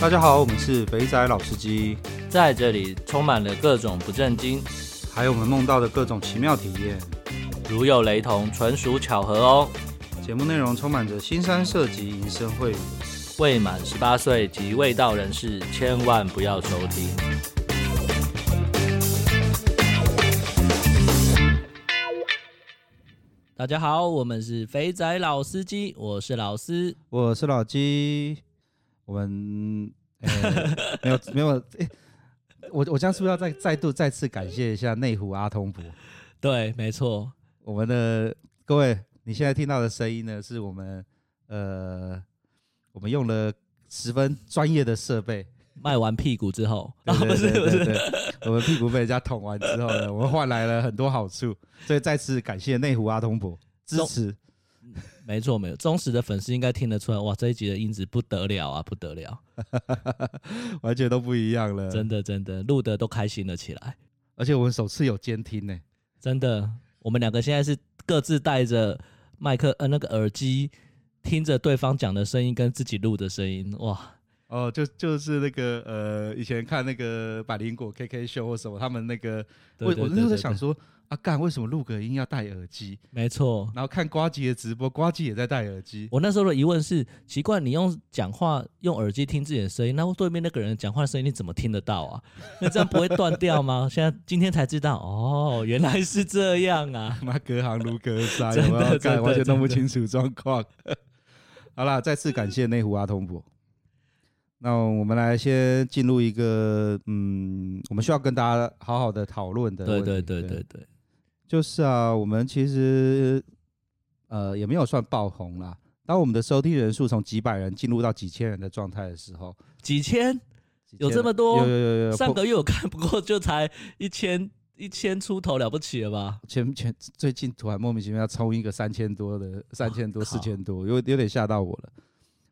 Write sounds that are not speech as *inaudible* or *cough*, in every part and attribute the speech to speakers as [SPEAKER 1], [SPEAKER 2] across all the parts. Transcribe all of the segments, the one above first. [SPEAKER 1] 大家好，我们是肥仔老司机，
[SPEAKER 2] 在这里充满了各种不正经，
[SPEAKER 1] 还有我们梦到的各种奇妙体验。
[SPEAKER 2] 如有雷同，纯属巧合哦。
[SPEAKER 1] 节目内容充满着新三色及淫声秽语。
[SPEAKER 2] 未满十八岁及未到人士，千万不要收听。大家好，我们是肥仔老司机，我是老司。
[SPEAKER 1] 我是老鸡，我们、 *laughs* 呃没有没有，诶我我这样是不是要再再度再次感谢一下内湖阿通伯？
[SPEAKER 2] 对，没错，
[SPEAKER 1] 我们的各位，你现在听到的声音呢，是我们呃，我们用了十分专业的设备，
[SPEAKER 2] 卖完屁股之后， *laughs*
[SPEAKER 1] 对对对对对，我们屁股被人家捅完之后呢，我们换来了很多好处，所以再次感谢内湖阿通伯支持。
[SPEAKER 2] 没错，没有忠实的粉丝应该听得出来，哇，这一集的音质不得了啊，不得了，
[SPEAKER 1] 完全都不一样了，
[SPEAKER 2] 真的真的，录的都开心了起来，
[SPEAKER 1] 而且我们首次有监听呢、
[SPEAKER 2] 真的，我们两个现在是各自带着麦克呃那个耳机，听着对方讲的声音跟自己录的声音，哇，
[SPEAKER 1] 哦，就就是那个呃，以前看那个百灵果 KK 秀或什么，他们那个，
[SPEAKER 2] 对
[SPEAKER 1] 我
[SPEAKER 2] 对
[SPEAKER 1] 我那
[SPEAKER 2] 对
[SPEAKER 1] 时候在
[SPEAKER 2] 对
[SPEAKER 1] 想说，啊干，为什么录个音要戴耳机？
[SPEAKER 2] 没错，
[SPEAKER 1] 然后看瓜吉的直播，瓜吉也在戴耳机。
[SPEAKER 2] 我那时候的疑问是，奇怪，你用讲话用耳机听自己的声音，那对面那个人讲话的声音你怎么听得到啊？那这样不会断掉吗？ *laughs* 现在今天才知道，哦，原来是这样啊。
[SPEAKER 1] 妈隔行如隔山，
[SPEAKER 2] 真的
[SPEAKER 1] 有没有
[SPEAKER 2] 真的
[SPEAKER 1] 干完全弄不
[SPEAKER 2] 真的
[SPEAKER 1] 清楚状况。 *laughs* 好啦，再次感谢内湖阿通博。那我们来先进入一个，嗯，我们需要跟大家好好的讨论的
[SPEAKER 2] *laughs* 对
[SPEAKER 1] 问
[SPEAKER 2] 对
[SPEAKER 1] 题
[SPEAKER 2] 对对对，
[SPEAKER 1] 就是啊，我们其实呃也没有算爆红啦。当我们的收听人数从几百人进入到几千人的状态的时候，
[SPEAKER 2] 几千
[SPEAKER 1] 几
[SPEAKER 2] 有
[SPEAKER 1] 千
[SPEAKER 2] 这么多
[SPEAKER 1] 有有有有有，
[SPEAKER 2] 上
[SPEAKER 1] 破
[SPEAKER 2] 个月我看呃不过就才一千一千出头了不起了吧？
[SPEAKER 1] 前前最近突然莫名其妙冲一个三千多的，三千多、
[SPEAKER 2] 靠
[SPEAKER 1] 四千多，有有点吓到我了。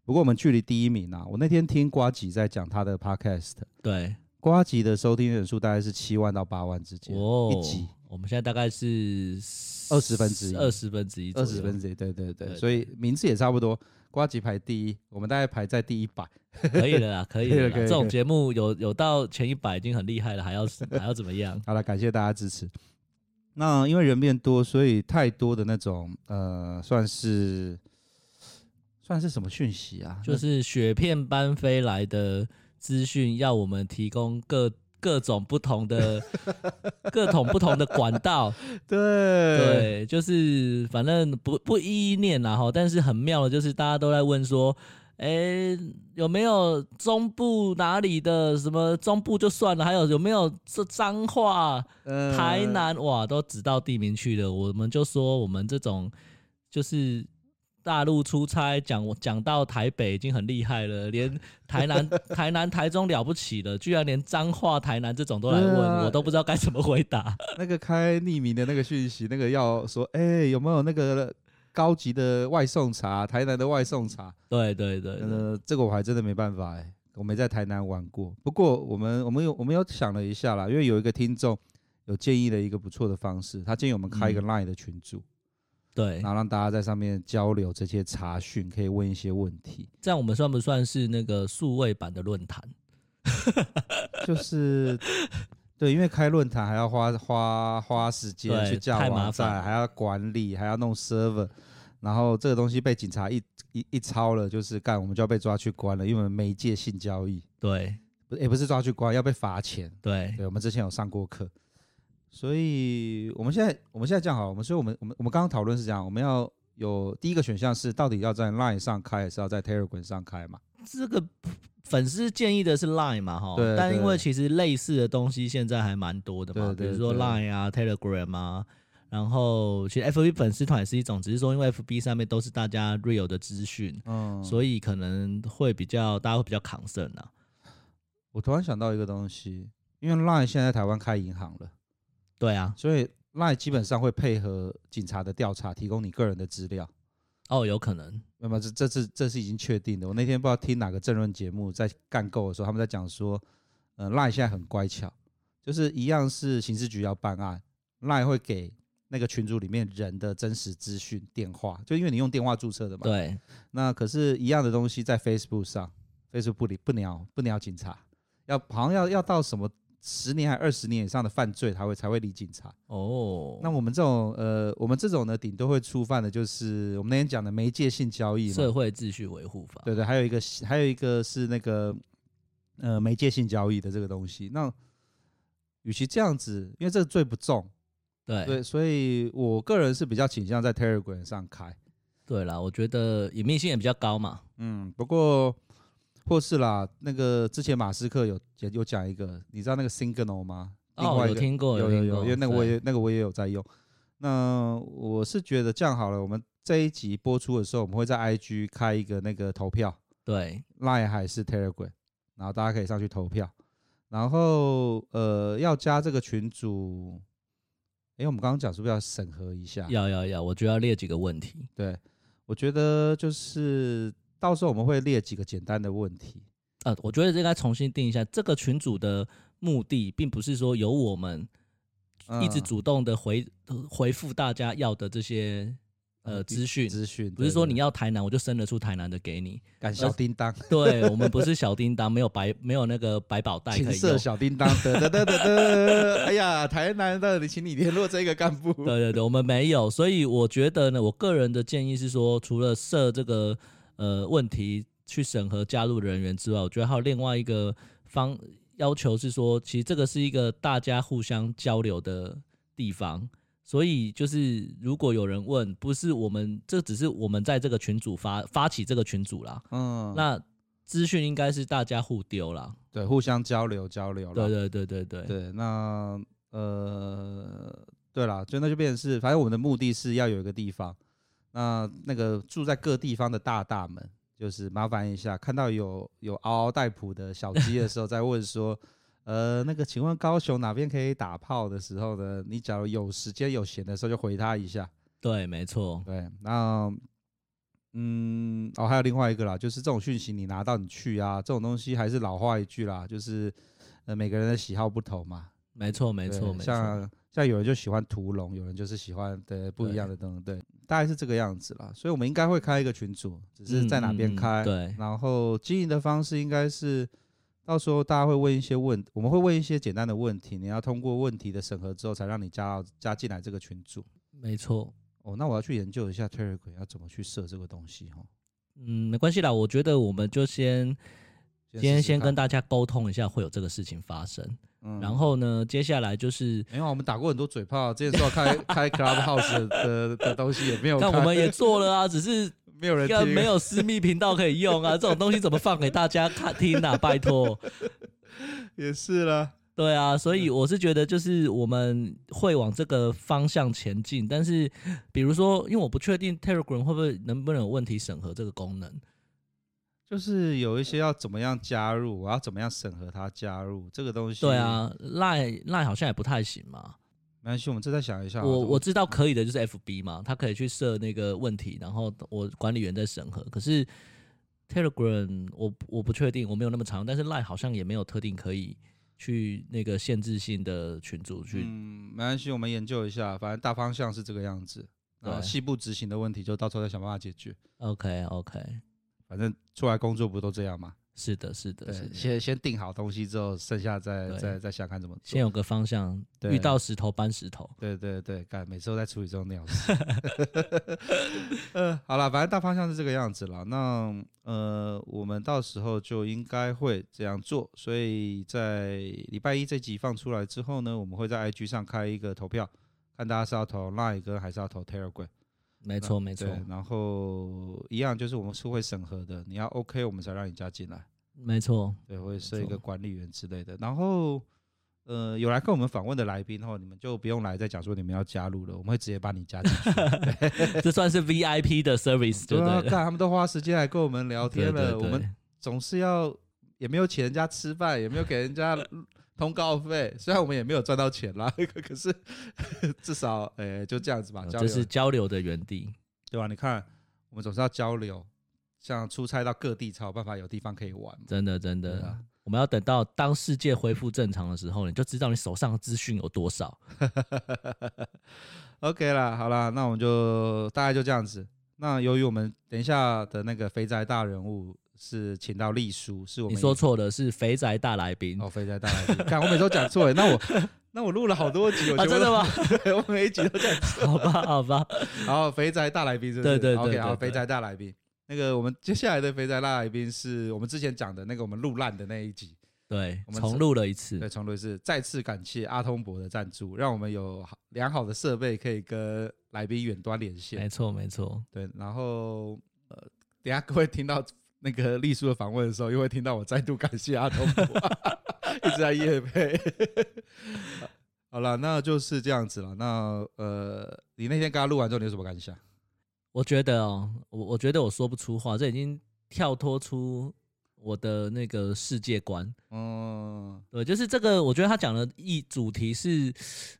[SPEAKER 1] 不过我们距离第一名啊，我那天听瓜吉在讲他的 podcast，
[SPEAKER 2] 对，
[SPEAKER 1] 瓜吉的收听人数大概是七万到八万之间，
[SPEAKER 2] 哦，
[SPEAKER 1] 一集
[SPEAKER 2] 我们现在大概是
[SPEAKER 1] 20分之一
[SPEAKER 2] 二十分之一左
[SPEAKER 1] 二
[SPEAKER 2] 右，
[SPEAKER 1] 十分之一，对对
[SPEAKER 2] 对
[SPEAKER 1] 对，
[SPEAKER 2] 对
[SPEAKER 1] 所以名次也差不多。瓜吉排第一，我们大概排在第一百。
[SPEAKER 2] 可以了啦，可以
[SPEAKER 1] *laughs* 可以
[SPEAKER 2] 了
[SPEAKER 1] 了
[SPEAKER 2] 啦。
[SPEAKER 1] 可以
[SPEAKER 2] 这
[SPEAKER 1] 了
[SPEAKER 2] 种节目有有到前一百已经很厉害了，还要还要怎么样？
[SPEAKER 1] 好了，感谢大家支持。那因为人变多，所以太多的那种呃，算是算是什么讯息啊？
[SPEAKER 2] 就是雪片般飞来的资讯，要我们提供各各种不同的各种不同的管道。
[SPEAKER 1] 对
[SPEAKER 2] 对，就是反正不不一一念啦哈，但是很妙的就是大家都在问说。哎，有没有中部哪里的什么中部就算了，还有有没有这彰化、
[SPEAKER 1] 对
[SPEAKER 2] 台南哇，都指到地名去了。我们就说我们这种就是大陆出差讲讲到台北已经很厉害了，连 *laughs* 台南、台南、台中了不起了，居然连彰化、台南这种都来问，
[SPEAKER 1] 对 *laughs* 啊
[SPEAKER 2] 我都不知道该怎么回
[SPEAKER 1] *laughs*
[SPEAKER 2] 答。
[SPEAKER 1] 那个开匿名的那个讯息，那个要说，哎、有没有那个高级的外送茶？台南的外送茶，
[SPEAKER 2] 对对对对
[SPEAKER 1] 呃，这个我还真的没办法哎、我没在台南玩过。不过我们我们有我们有想了一下啦，因为有一个听众有建议了一个不错的方式，他建议我们
[SPEAKER 2] 嗯
[SPEAKER 1] 开一个 Line 的群组，
[SPEAKER 2] 对
[SPEAKER 1] 然，后让大家在上面交流这些查询，可以问一些问题，
[SPEAKER 2] 这样我们算不算是那个数位版的论坛？
[SPEAKER 1] 就是。对，因为开论坛还要花花花时间
[SPEAKER 2] 对
[SPEAKER 1] 去架
[SPEAKER 2] 太麻
[SPEAKER 1] 网
[SPEAKER 2] 烦了
[SPEAKER 1] 站，还要管理，还要弄 server，然后这个东西被警察一一一抄了，就是干我们就要被抓去关了，因为我们媒介性交易，
[SPEAKER 2] 对
[SPEAKER 1] 不也不是抓去关，要被罚钱。
[SPEAKER 2] 对
[SPEAKER 1] 对，我们之前有上过课，所以我们现在我们现在这样好了，我们所以我们我们我们刚刚讨论是这样，我们要有第一个选项是到底要在 Line 上开，还是要在 Telegram 上开嘛？
[SPEAKER 2] 这个粉丝建议的是 Line 嘛，哈
[SPEAKER 1] 对，
[SPEAKER 2] 但因
[SPEAKER 1] 对
[SPEAKER 2] 为其实类似的东西现在还蛮多的嘛，
[SPEAKER 1] 对对
[SPEAKER 2] 比如说
[SPEAKER 1] 对
[SPEAKER 2] Line 啊、Telegram 啊，然后其实 FB 粉丝团也是一种，只是说因为 FB 上面都是大家 real 的资讯，
[SPEAKER 1] 嗯，
[SPEAKER 2] 所以可能会比较大家会比较 concern 啊。
[SPEAKER 1] 我突然想到一个东西，因为 Line 现在台湾开银行了，
[SPEAKER 2] 对啊，
[SPEAKER 1] 所以 Line 基本上会配合警察的调查，提供你个人的资料。
[SPEAKER 2] 哦，有可能，
[SPEAKER 1] 那么这这次这是已经确定的。我那天不知道听哪个政论节目在干够的时候，他们在讲说，呃，Line 现在很乖巧，就是一样是刑事局要办案，Line 会给那个群组里面人的真实资讯电话，就因为你用电话注册的嘛。。
[SPEAKER 2] 对
[SPEAKER 1] 那可是，一样的东西在 Facebook 上非说不理不鸟不鸟警察，要好像要要到什么十年还二十年以上的犯罪，才会才会理警察。
[SPEAKER 2] 哦，
[SPEAKER 1] 那我们这种呃，我们这种呢，顶多会触犯的就是我们那天讲的媒介性交易嘛
[SPEAKER 2] 社，会秩序维护法，
[SPEAKER 1] 对对，还有一个还有一个是那个呃媒介性交易的这个东西。那与其这样子，因为这个罪不重，
[SPEAKER 2] 对
[SPEAKER 1] 对，所以我个人是比较倾向在 Telegram 上开。
[SPEAKER 2] 对啦，我觉得隐秘性也比较高嘛。
[SPEAKER 1] 嗯，不过或是啦，那个之前马斯克有有有讲一个，你知道那个 Signal 吗？另
[SPEAKER 2] 哦，
[SPEAKER 1] 外一
[SPEAKER 2] 有
[SPEAKER 1] 个
[SPEAKER 2] 听过，
[SPEAKER 1] 有
[SPEAKER 2] 听
[SPEAKER 1] 有，
[SPEAKER 2] 过，
[SPEAKER 1] 因为那个我
[SPEAKER 2] 对
[SPEAKER 1] 也那个我也有在用。那我是觉得这样好了，我们这一集播出的时候，我们会在 IG 开一个那个投票
[SPEAKER 2] 对
[SPEAKER 1] ，Line 还是 Telegram，然后大家可以上去投票。然后呃，要加这个群组，诶，我们刚刚讲是不是要审核一下？
[SPEAKER 2] 要要要，我就要列几个问题。
[SPEAKER 1] 对，我觉得就是到时候我们会列几个简单的问题。
[SPEAKER 2] 呃，我觉得应该重新定一下这个群组的目的，并不是说由我们一直
[SPEAKER 1] 嗯
[SPEAKER 2] 主动的回、呃回复大家要的这些呃
[SPEAKER 1] 呃
[SPEAKER 2] 资讯，
[SPEAKER 1] 资讯，
[SPEAKER 2] 不是
[SPEAKER 1] 对
[SPEAKER 2] 说
[SPEAKER 1] 对
[SPEAKER 2] 你要台南我就生得出台南的给你。
[SPEAKER 1] 赶小叮当，
[SPEAKER 2] 对我们不是小叮当，没有白没有那个百宝袋
[SPEAKER 1] 情
[SPEAKER 2] 可以
[SPEAKER 1] 色
[SPEAKER 2] 用。
[SPEAKER 1] 小叮当，得得得得得，哎呀，台南的，你请你联络这个干 *laughs* 部。
[SPEAKER 2] 对对对，我们没有，所以我觉得呢，我个人的建议是说，除了设这个呃问题去审核加入人员之外，我觉得还有另外一个方要求是说，其实这个是一个大家互相交流的地方。所以就是，如果有人问，不是我们，这只是我们在这个群组发发起这个群组啦。
[SPEAKER 1] 嗯，
[SPEAKER 2] 那资讯应该是大家互丢啦。
[SPEAKER 1] 对，互相交流交流啦。
[SPEAKER 2] 对对对对对，
[SPEAKER 1] 对，那呃，对啦，就那就变成是，反正我们的目的是要有一个地方，那那个住在各地方的大大们，就是麻烦一下，看到有有嗷嗷待哺的小鸡的时候，再问说。呃，那个，请问高雄哪边可以打炮的时候呢？你假如有时间有闲的时候，就回他一下。
[SPEAKER 2] 对，没错，
[SPEAKER 1] 对，那嗯，哦，还有另外一个啦，就是这种讯息你拿到你去啊，这种东西还是老话一句啦，就是呃每个人的喜好不同嘛，
[SPEAKER 2] 没错，没
[SPEAKER 1] 对
[SPEAKER 2] 错，没错。
[SPEAKER 1] 像像有人就喜欢屠龙，有人就是喜欢对不一样的东西，对，大概是这个样子啦。所以我们应该会开一个群组，只是在哪边
[SPEAKER 2] 嗯嗯嗯
[SPEAKER 1] 开，
[SPEAKER 2] 对，
[SPEAKER 1] 然后经营的方式应该是。到时候大家会问一些问，我们会问一些简单的问题，你要通过问题的审核之后，才让你加到加进来这个群组。
[SPEAKER 2] 没错。
[SPEAKER 1] 哦，那我要去研究一下 Telegram 要怎么去设这个东西哦。
[SPEAKER 2] 嗯，没关系啦，我觉得我们就先今天先跟大家沟通一下，会有这个事情发生。
[SPEAKER 1] 嗯
[SPEAKER 2] 然后呢，接下来就是，
[SPEAKER 1] 没有啊，我们打过很多嘴炮，之前说要
[SPEAKER 2] *laughs*
[SPEAKER 1] 开开 Clubhouse 的的的东西也没有开，
[SPEAKER 2] 但我们 *laughs* 也做了啊，只是
[SPEAKER 1] 没有人
[SPEAKER 2] 要
[SPEAKER 1] 听，
[SPEAKER 2] 没有私密频道可以用啊，这种东西怎么放给大家看听啊？拜托，
[SPEAKER 1] 也是啦。
[SPEAKER 2] 对啊，所以我是觉得就是我们会往这个方向前进，但是比如说，因为我不确定 Telegram 会不会能不能有问题审核这个功能，
[SPEAKER 1] 就是有一些要怎么样加入，我要怎么样审核他加入这个东西。
[SPEAKER 2] 对，啊，赖赖好像也不太行嘛。
[SPEAKER 1] 没关系，我们再再想一下啊。
[SPEAKER 2] 我
[SPEAKER 1] 怎么
[SPEAKER 2] 我知道可以的就是 FB 嘛，他可以去设那个问题，然后我管理员在审核。可是 Telegram 我我不确定，我没有那么长，但是 Line 好像也没有特定可以去那个限制性的群组去。
[SPEAKER 1] 嗯，没关系，我们研究一下，反正大方向是这个样子。然后
[SPEAKER 2] 对
[SPEAKER 1] 细部执行的问题，就到时候再想办法解决。
[SPEAKER 2] OK OK，
[SPEAKER 1] 反正出来工作不都这样吗？
[SPEAKER 2] 是的，是的，是
[SPEAKER 1] 对，
[SPEAKER 2] 的。
[SPEAKER 1] 先先定好东西之后，剩下再
[SPEAKER 2] 对
[SPEAKER 1] 再再想看怎么做。
[SPEAKER 2] 先有个方向，
[SPEAKER 1] 对
[SPEAKER 2] 遇到石头搬石头。
[SPEAKER 1] 对对对，干每次都在处理这种鸟事。 *laughs* 呃，好了，反正大方向是这个样子了。那呃，我们到时候就应该会这样做。所以在礼拜一这集放出来之后呢，我们会在 IG 上开一个投票，看大家是要投 Line 跟还是要投 Telegram。
[SPEAKER 2] 没错，没错
[SPEAKER 1] 对，，然后一样就是我们是会审核的，你要 OK 我们才让你加进来。
[SPEAKER 2] 没错。
[SPEAKER 1] 对，会设一
[SPEAKER 2] 错
[SPEAKER 1] 个管理员之类的。然后，呃，有来跟我们访问的来宾后，你们就不用来再讲说你们要加入了，我们会直接把你加进去。
[SPEAKER 2] 这算是 VIP
[SPEAKER 1] *laughs*
[SPEAKER 2] 的 service，对不
[SPEAKER 1] 啊，
[SPEAKER 2] 对了？
[SPEAKER 1] 干他们都花时间来跟我们聊
[SPEAKER 2] 对
[SPEAKER 1] 天
[SPEAKER 2] 对
[SPEAKER 1] 了，我
[SPEAKER 2] 对
[SPEAKER 1] 们，总是要也没有请人家吃饭，也没有给人
[SPEAKER 2] *laughs*
[SPEAKER 1] 家通告费，虽然我们也没有赚到钱啦，可可是至少，呃、就这样子吧，交
[SPEAKER 2] 哦这
[SPEAKER 1] 流
[SPEAKER 2] 是交流的园地。
[SPEAKER 1] 对吧、啊你看，我们总是要交流，像出差到各地才有办法有地方可以玩嘛。
[SPEAKER 2] 真的真
[SPEAKER 1] 对
[SPEAKER 2] 的，
[SPEAKER 1] 啊
[SPEAKER 2] 我们要等到当世界恢复正常的时候，你就知道你手上的资讯有多少。
[SPEAKER 1] OK 啦，好啦，那我们就大概就这样子。那由于我们等一下的那个肥宅大人物是请到丽叔，是我
[SPEAKER 2] 你
[SPEAKER 1] 们
[SPEAKER 2] 说错了，是肥宅大来宾啊
[SPEAKER 1] 哦，肥宅大来宾，看我每次都讲错了，那我那我录了好多集，我全
[SPEAKER 2] 啊，
[SPEAKER 1] 部
[SPEAKER 2] 真的
[SPEAKER 1] 都 *laughs*
[SPEAKER 2] 吗？？
[SPEAKER 1] 对，我每一集都讲错。
[SPEAKER 2] *laughs* 好吧，好吧，
[SPEAKER 1] 好，肥宅大来宾是不是？
[SPEAKER 2] 对对对
[SPEAKER 1] OK，
[SPEAKER 2] 对
[SPEAKER 1] 好，
[SPEAKER 2] 对
[SPEAKER 1] 肥宅大来宾。那个我们接下来的肥宅大来宾是我们之前讲的那个我们录烂的那一集，
[SPEAKER 2] 对
[SPEAKER 1] *laughs* 我，们
[SPEAKER 2] 重录了一次
[SPEAKER 1] 对，。重录是再次感谢阿通博的赞助，让我们有好良好的设备可以跟来宾远端连线
[SPEAKER 2] 没。错，没错，
[SPEAKER 1] 对，然后呃，等一下各位听到那个丽叔的访问的时候，又会听到我再度感谢阿童伯， *laughs* 一直在夜配。好了，那就是这样子了。那呃，你那天跟他录完之后，你有什么感想？
[SPEAKER 2] 我觉得哦，我我觉得我说不出话，这已经跳脱出我的那个世界观。
[SPEAKER 1] 嗯，
[SPEAKER 2] 对，就是这个，我觉得他讲的一主题是，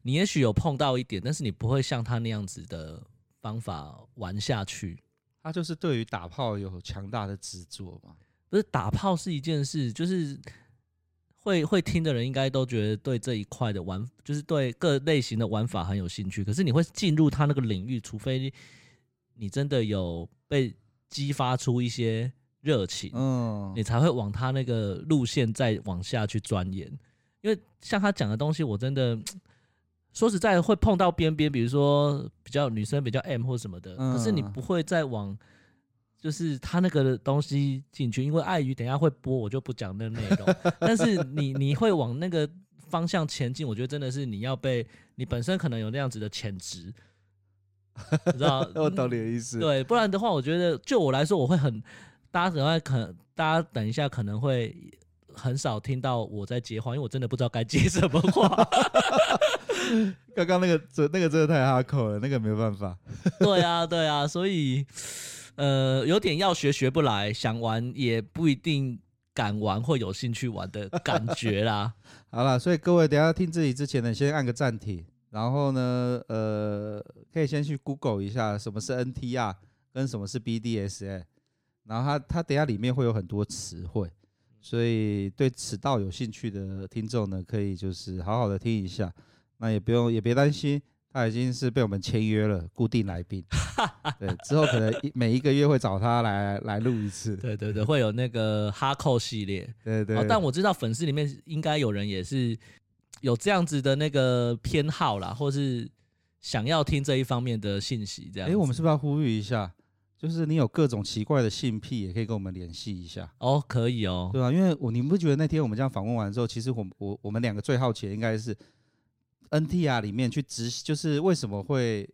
[SPEAKER 2] 你也许有碰到一点，但是你不会像他那样子的方法玩下去。
[SPEAKER 1] 他就是对于打炮有强大的执着嘛。
[SPEAKER 2] 不是打炮是一件事，就是会会听的人应该都觉得对这一块的玩，就是对各类型的玩法很有兴趣。可是你会进入他那个领域，除非你真的有被激发出一些热情，
[SPEAKER 1] 嗯
[SPEAKER 2] 你，才会往他那个路线再往下去钻研。因为像他讲的东西，我真的说实在的会碰到边边，比如说比较女生比较 M 或什么的，
[SPEAKER 1] 嗯？
[SPEAKER 2] 可是你不会再往。就是他那个东西进去，因为碍于等一下会播，我就不讲那内容。但是你你会往那个方向前进，我觉得真的是你要被你本身可能有那样子的潜质，你知道
[SPEAKER 1] *laughs* 我懂你的意思。
[SPEAKER 2] 对，不然的话，我觉得就我来说，我会很，大家等下可能，大家等一下可能会很少听到我在接话，因为我真的不知道该接什么
[SPEAKER 1] *laughs*
[SPEAKER 2] 话。
[SPEAKER 1] 刚刚那个真那个真的太哈扣了，那个没办法。
[SPEAKER 2] 对啊，对啊，所以呃，有点要学学不来，想玩也不一定敢玩或有兴趣玩的感觉
[SPEAKER 1] *laughs*
[SPEAKER 2] 啦。
[SPEAKER 1] 好了，所以各位等一下听这里之前呢，先按个暂停，然后呢，呃，可以先去 Google 一下什么是 NTR 跟什么是 BDSA，然后它它等一下里面会有很多词汇，所以对此道有兴趣的听众呢，可以就是好好的听一下，那也不用也别担心。他已经是被我们签约了，固定来宾。对，之后可能一每一个月会找他来来录一次。
[SPEAKER 2] 对对对，会有那个哈扣系列。
[SPEAKER 1] 对对
[SPEAKER 2] 哦
[SPEAKER 1] 对，，
[SPEAKER 2] 但我知道粉丝里面应该有人也是有这样子的那个偏好啦，或是想要听这一方面的信息，这样
[SPEAKER 1] 哎、
[SPEAKER 2] 子。
[SPEAKER 1] 我们是不是要呼吁一下？就是你有各种奇怪的性癖，也可以跟我们联系一下，
[SPEAKER 2] 哦，可以哦，
[SPEAKER 1] 对啊，因为我你们不觉得那天我们这样访问完之后，其实我们我我们两个最好奇的应该是 NTR 里面去执，就是为什么会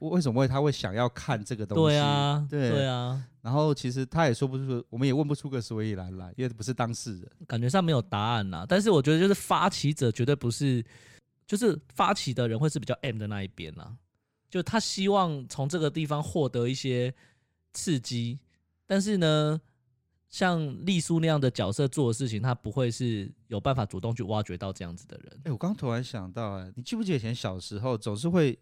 [SPEAKER 1] 为什么会他会想要看这个东西？
[SPEAKER 2] 对啊，
[SPEAKER 1] 对
[SPEAKER 2] 对啊，
[SPEAKER 1] 然后其实他也说不出，我们也问不出个所以然来，因为不是当事人。
[SPEAKER 2] 感觉上没有答案啦。但是我觉得就是发起者绝对不是，就是发起的人会是比较 M 的那一边啦，就他希望从这个地方获得一些刺激，但是呢。像丽苏那样的角色做的事情，他不会是有办法主动去挖掘到这样子的人。
[SPEAKER 1] 哎、我刚突然想到、哎，你记不记得以前小时候总是会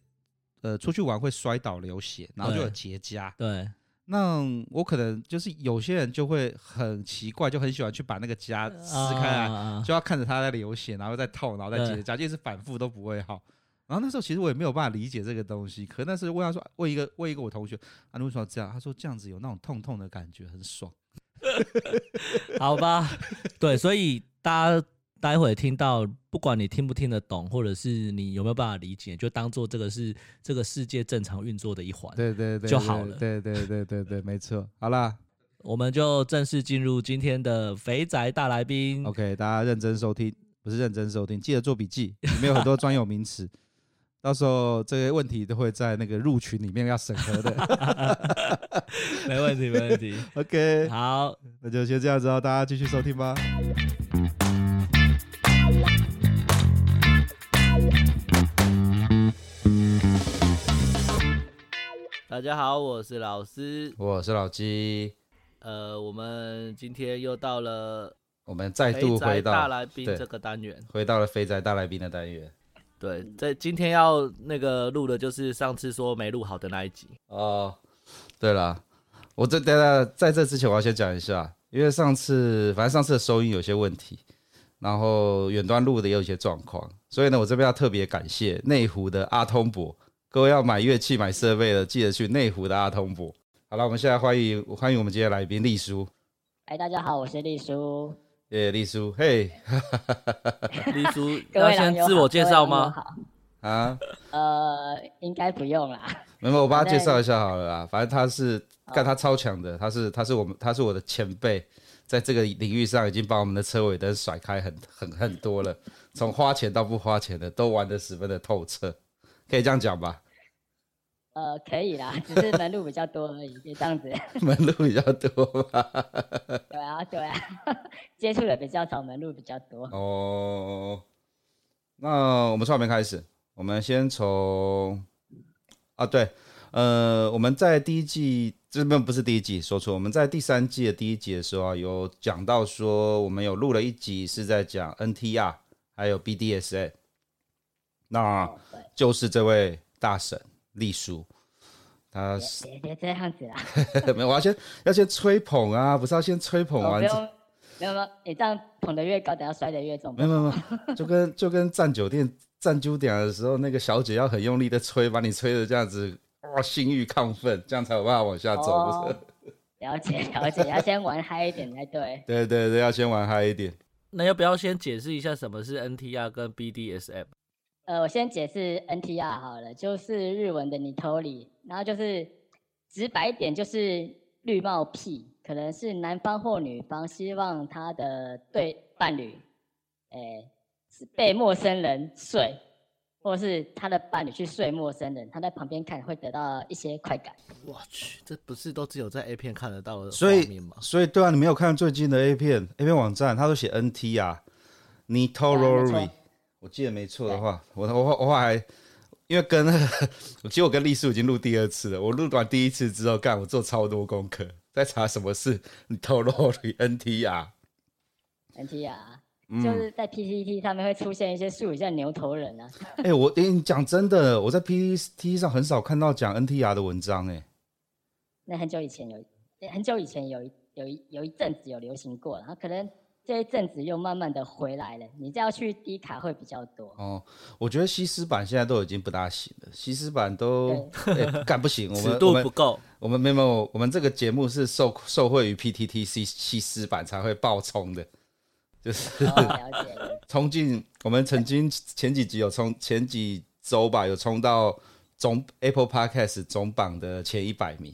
[SPEAKER 1] 呃出去玩会摔倒流血，然后就有
[SPEAKER 2] 对
[SPEAKER 1] 结痂。
[SPEAKER 2] 对，
[SPEAKER 1] 那我可能就是有些人就会很奇怪，就很喜欢去把那个痂撕开来，
[SPEAKER 2] 啊
[SPEAKER 1] 就要看着它在流血，然后再痛，然后再结
[SPEAKER 2] 对
[SPEAKER 1] 痂，就一直反复都不会好。然后那时候其实我也没有办法理解这个东西，可那时候问他说，问一个问一个我同学，啊，你为什么要这样？他说这样子有那种痛痛的感觉，很爽。
[SPEAKER 2] *laughs* 好吧，对，所以大家待会听到，不管你听不听得懂，或者是你有没有办法理解，就当做这个是这个世界正常运作的一环。
[SPEAKER 1] 对对对
[SPEAKER 2] 就好了
[SPEAKER 1] 对对对对对，没错。好啦
[SPEAKER 2] 我们就正式进入今天的肥宅大来宾。
[SPEAKER 1] ，OK，大家认真收听，不是认真收听，记得做笔记，里面有很多专有名词，到时候这些问题都会在那个入群里面要审核的。
[SPEAKER 2] 没问题，没
[SPEAKER 1] *laughs*
[SPEAKER 2] 问题。
[SPEAKER 1] OK，
[SPEAKER 2] 好，
[SPEAKER 1] 那就先这样子哦，大家继续收听吧。
[SPEAKER 2] 大家好，我是老师。
[SPEAKER 1] 我是老鸡，
[SPEAKER 2] 呃，我们今天又到了
[SPEAKER 1] 我们再
[SPEAKER 2] 肥
[SPEAKER 1] 度
[SPEAKER 2] 宅
[SPEAKER 1] 回
[SPEAKER 2] 大
[SPEAKER 1] 到
[SPEAKER 2] 来宾
[SPEAKER 1] 对
[SPEAKER 2] 这个单元。
[SPEAKER 1] 回到了肥宅大来宾的单元。
[SPEAKER 2] 对，在今天要那个录的就是上次说没录好的那一集。
[SPEAKER 1] 哦，对了，我这等等，在这之前我要先讲一下，因为上次反正上次的收音有些问题，然后远端录的也有一些状况，所以呢，我这边要特别感谢内湖的阿通博，各位要买乐器、买设备的，记得去内湖的阿通博。好了，我们现在欢迎欢迎我们今天的来宾丽叔。
[SPEAKER 3] 哎，大家好，我是丽叔。
[SPEAKER 1] 耶，丽叔，嘿
[SPEAKER 2] 丽叔
[SPEAKER 3] *laughs* 各
[SPEAKER 2] 要
[SPEAKER 3] 位狼
[SPEAKER 2] 先
[SPEAKER 3] 友好
[SPEAKER 2] 自我介绍吗？？
[SPEAKER 3] 各位狼友好
[SPEAKER 1] 啊，
[SPEAKER 3] 呃，应该不用啦。
[SPEAKER 1] 没有，我帮他介绍一下好了啦。反正他是干他超强的，他是他是我们他是我的前辈，在这个领域上已经把我们的车尾灯甩开很很很多了，从花钱到不花钱的都玩得十分的透彻，可以这样讲吧？ *laughs*
[SPEAKER 3] 呃，可以啦，只是门路比较多而已，就这样子。
[SPEAKER 1] 门路比较多吧？
[SPEAKER 3] 对啊，对啊，接触的比较少，门路比较多。
[SPEAKER 1] 哦，那我们从哪边开始？我们先从啊，对，呃，我们在第一季这边不是第一季，说错，我们在第三季的第一集的时候啊，有讲到说我们有录了一集是在讲 NTR 还有 BDSA，那
[SPEAKER 3] 哦对，
[SPEAKER 1] 就是这位大神丽叔，他是
[SPEAKER 3] 别别这样子啦，
[SPEAKER 1] *laughs* 没有，我要先要先吹捧啊，不是要先吹捧
[SPEAKER 3] 我
[SPEAKER 1] 完
[SPEAKER 3] 不
[SPEAKER 1] 之
[SPEAKER 3] 用。没有没有，你这样捧得越高，等下摔得越重。
[SPEAKER 1] 没有没有，没有， *laughs* 就跟就跟站酒店站酒点的时候，那个小姐要很用力的吹，把你吹的这样子，哇，性欲亢奋，这样才有办法往下走。不是
[SPEAKER 3] 哦了解了解，要先玩嗨一点才
[SPEAKER 1] *laughs*
[SPEAKER 3] 对。
[SPEAKER 1] 对对对，要先玩嗨一点。
[SPEAKER 2] 那要不要先解释一下什么是 NTR 跟 BDSM？
[SPEAKER 3] 呃，我先解释 NTR 好了，就是日文的 Nitori，然后就是直白一点就是绿帽癖，可能是男方或女方希望他的对伴侣，诶、是被陌生人睡，或是他的伴侣去睡陌生人，他在旁边看会得到一些快感。
[SPEAKER 4] 我去，这不是都只有在 A 片看得到的
[SPEAKER 1] 所
[SPEAKER 4] 画
[SPEAKER 1] 以
[SPEAKER 4] 面吗？
[SPEAKER 1] 所以对啊，你没有看最近的 A 片 A 片网站，它都写 NT 啊 n i t o r o r
[SPEAKER 3] 对
[SPEAKER 1] i
[SPEAKER 3] 啊没错
[SPEAKER 1] 我记得没错的话，我我我我还因为跟 *laughs* 我其实我跟丽叔已经录第二次了，我录完第一次之后，干我做超多功课，在查什么是 n i t o r o r i NTR。
[SPEAKER 3] NTR
[SPEAKER 1] 嗯
[SPEAKER 3] 就是在 PPT 上面会出现一些术语叫牛头人啊，
[SPEAKER 1] *laughs* 哎、我诶你讲真的，我在 PPT 上很少看到讲 NTR 的文章、哎，
[SPEAKER 3] 那很久以前有，诶很久以前有一有一有一阵子有流行过，然后可能这一阵子又慢慢的回来了。你这要去低卡会比较
[SPEAKER 1] *laughs*
[SPEAKER 3] 多，
[SPEAKER 1] 哦，我觉得西施版现在都已经不大行了，西施版都哎干、不行，我
[SPEAKER 2] *laughs* 尺
[SPEAKER 1] 们
[SPEAKER 2] 度
[SPEAKER 1] 我
[SPEAKER 2] 不
[SPEAKER 1] 们
[SPEAKER 2] 够，
[SPEAKER 1] 我们没有，我们这个节目是受受惠于 PTT 西西施版才会爆冲的，就是
[SPEAKER 3] 哦、了解了。
[SPEAKER 1] 冲进我们曾经前几集有冲前几周吧，有冲到总 Apple Podcast 总榜的前一百名，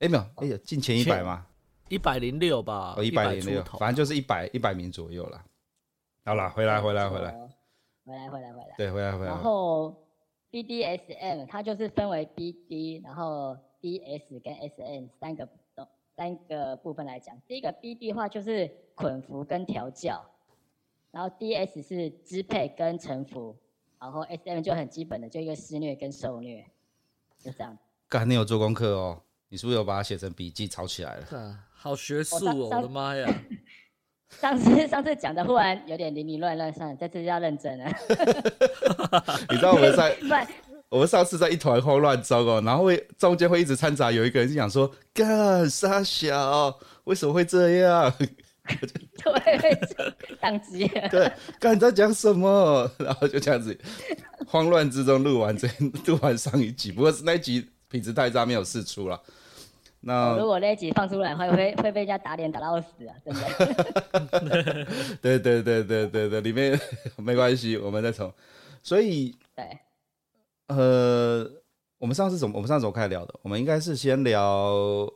[SPEAKER 1] 哎、没有，哎、呀，进前一百
[SPEAKER 2] 前
[SPEAKER 1] 吗？
[SPEAKER 2] 一百零六吧，
[SPEAKER 1] 哦，一百
[SPEAKER 2] 啊百
[SPEAKER 1] 零
[SPEAKER 2] 出
[SPEAKER 1] 六，
[SPEAKER 2] 头。
[SPEAKER 1] 反正就是一百一百名左右啦。好啦，啊回来回来回来，
[SPEAKER 3] 哦，回来回来回来。
[SPEAKER 1] 对，回来回来。
[SPEAKER 3] 然后 BDSM 它就是分为 BD，然后 DS 跟 SM 三个三个部分来讲。第一个 BD 的话就是捆缚跟调教，然后 DS 是支配跟臣服，然后 SM 就很基本的就一个施虐跟受虐，就这样。
[SPEAKER 1] 刚你有做功课哦，你是不是有把它写成笔记抄起来了？ *laughs*
[SPEAKER 4] 啊，好学术
[SPEAKER 3] 上
[SPEAKER 4] 哦，我
[SPEAKER 3] 上
[SPEAKER 4] 的妈呀！
[SPEAKER 3] 上次上次讲的忽然有点零零乱乱算，这次要认真了。
[SPEAKER 1] 你知道我们在
[SPEAKER 3] 不然
[SPEAKER 1] 我们上次在一团慌乱中哦，然后会中间会一直掺杂有一个人就想说，干傻小，为什么会这样？ *laughs*
[SPEAKER 3] 就会被宕机了。
[SPEAKER 1] 对，干你在讲什么？ *laughs* 然后就这样子慌乱之中录完这 *laughs* 录完上一集，不过是那一集品质太差，没有试出了。那
[SPEAKER 3] 如果那一集放出来的话，会会被人家打脸打到死啊！真的。
[SPEAKER 1] 对对对对对对，里面 *laughs* 没关系，我们再从。所以
[SPEAKER 3] 对，
[SPEAKER 1] 呃，我们上次怎么我们上次怎么开始聊的？我们应该是先聊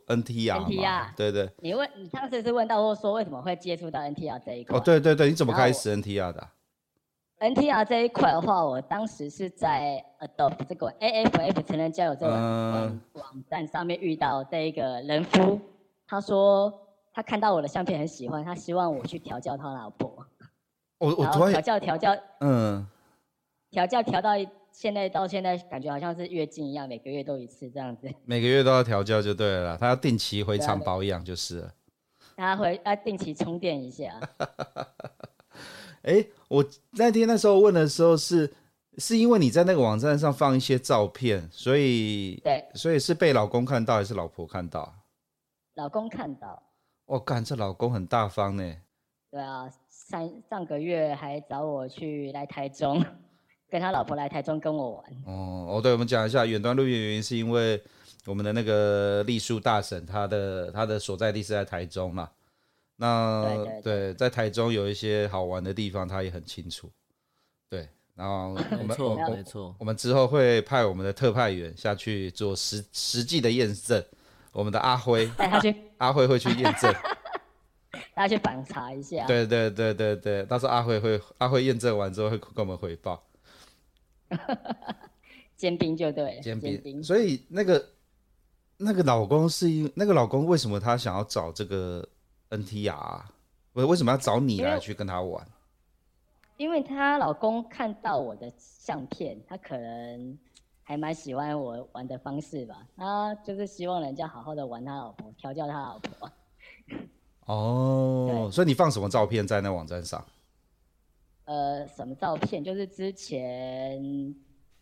[SPEAKER 1] NTR 嘛
[SPEAKER 3] NTR
[SPEAKER 1] 对对
[SPEAKER 3] 你问你上次是问到说为什么会接触到 NTR 这一块？
[SPEAKER 1] 哦对对对，你怎么
[SPEAKER 3] 然后
[SPEAKER 1] 开始 NTR 的啊、
[SPEAKER 3] NTR 这一块的话，我当时是在 Adobe 这个 AFF 成人交友这个网
[SPEAKER 1] 嗯
[SPEAKER 3] 网站上面遇到这一个人夫，他说他看到我的相片很喜欢，他希望我去调教他老婆，
[SPEAKER 1] 我我
[SPEAKER 3] 然
[SPEAKER 1] 突
[SPEAKER 3] 后调
[SPEAKER 1] 然
[SPEAKER 3] 教调教
[SPEAKER 1] 嗯，
[SPEAKER 3] 调教调到现在到现在，感觉好像是月经一样，每个月都一次这样子。
[SPEAKER 1] 每个月都要调教就对了啦，他要定期回
[SPEAKER 3] 对啊
[SPEAKER 1] 厂
[SPEAKER 3] 对
[SPEAKER 1] 保养就是了。
[SPEAKER 3] 他回要定期充电一下，
[SPEAKER 1] 哎，我那天那时候问的时候是是因为你在那个网站上放一些照片，所以
[SPEAKER 3] 对，
[SPEAKER 1] 所以是被老公看到还是老婆看到啊？
[SPEAKER 3] 老公看到。
[SPEAKER 1] 我、哦干，这老公很大方呢。
[SPEAKER 3] 对啊，上上个月还找我去来台中， *laughs* 跟他老婆来台中跟我玩。
[SPEAKER 1] 哦哦，对，我们讲一下远端录音的原因，是因为我们的那个丽树大婶，她的她的所在地是在台中嘛，那
[SPEAKER 3] 对对
[SPEAKER 1] 在台中有一些好玩的地方，他也很清楚。对，
[SPEAKER 4] *clears throat*
[SPEAKER 1] 然后我
[SPEAKER 4] 没
[SPEAKER 1] 们我
[SPEAKER 4] 错
[SPEAKER 1] 我
[SPEAKER 4] 没错，
[SPEAKER 1] 我们之后会派我们的特派员下去做实实际的验证。我们的阿辉，
[SPEAKER 3] 带他
[SPEAKER 1] *laughs*
[SPEAKER 3] 去，
[SPEAKER 1] 阿辉会去验
[SPEAKER 3] *laughs*
[SPEAKER 1] 证。
[SPEAKER 3] 带他去访查一下。
[SPEAKER 1] 对对对对对，到时候阿辉会阿辉验证完之后会跟我们回报
[SPEAKER 3] 煎饼就对了，
[SPEAKER 1] 煎
[SPEAKER 3] 煎
[SPEAKER 1] 饼。所以那个那个老公是因那个老公为什么他想要找这个 NTR？啊为、为什么要找你
[SPEAKER 3] 因为
[SPEAKER 1] 来去跟他玩？
[SPEAKER 3] 因为她老公看到我的相片，他可能还蛮喜欢我玩的方式吧，他就是希望人家好好的玩他老婆，调教他老婆。
[SPEAKER 1] 哦，
[SPEAKER 3] 对
[SPEAKER 1] 所以你放什么照片在那网站上？
[SPEAKER 3] 呃，什么照片？就是之前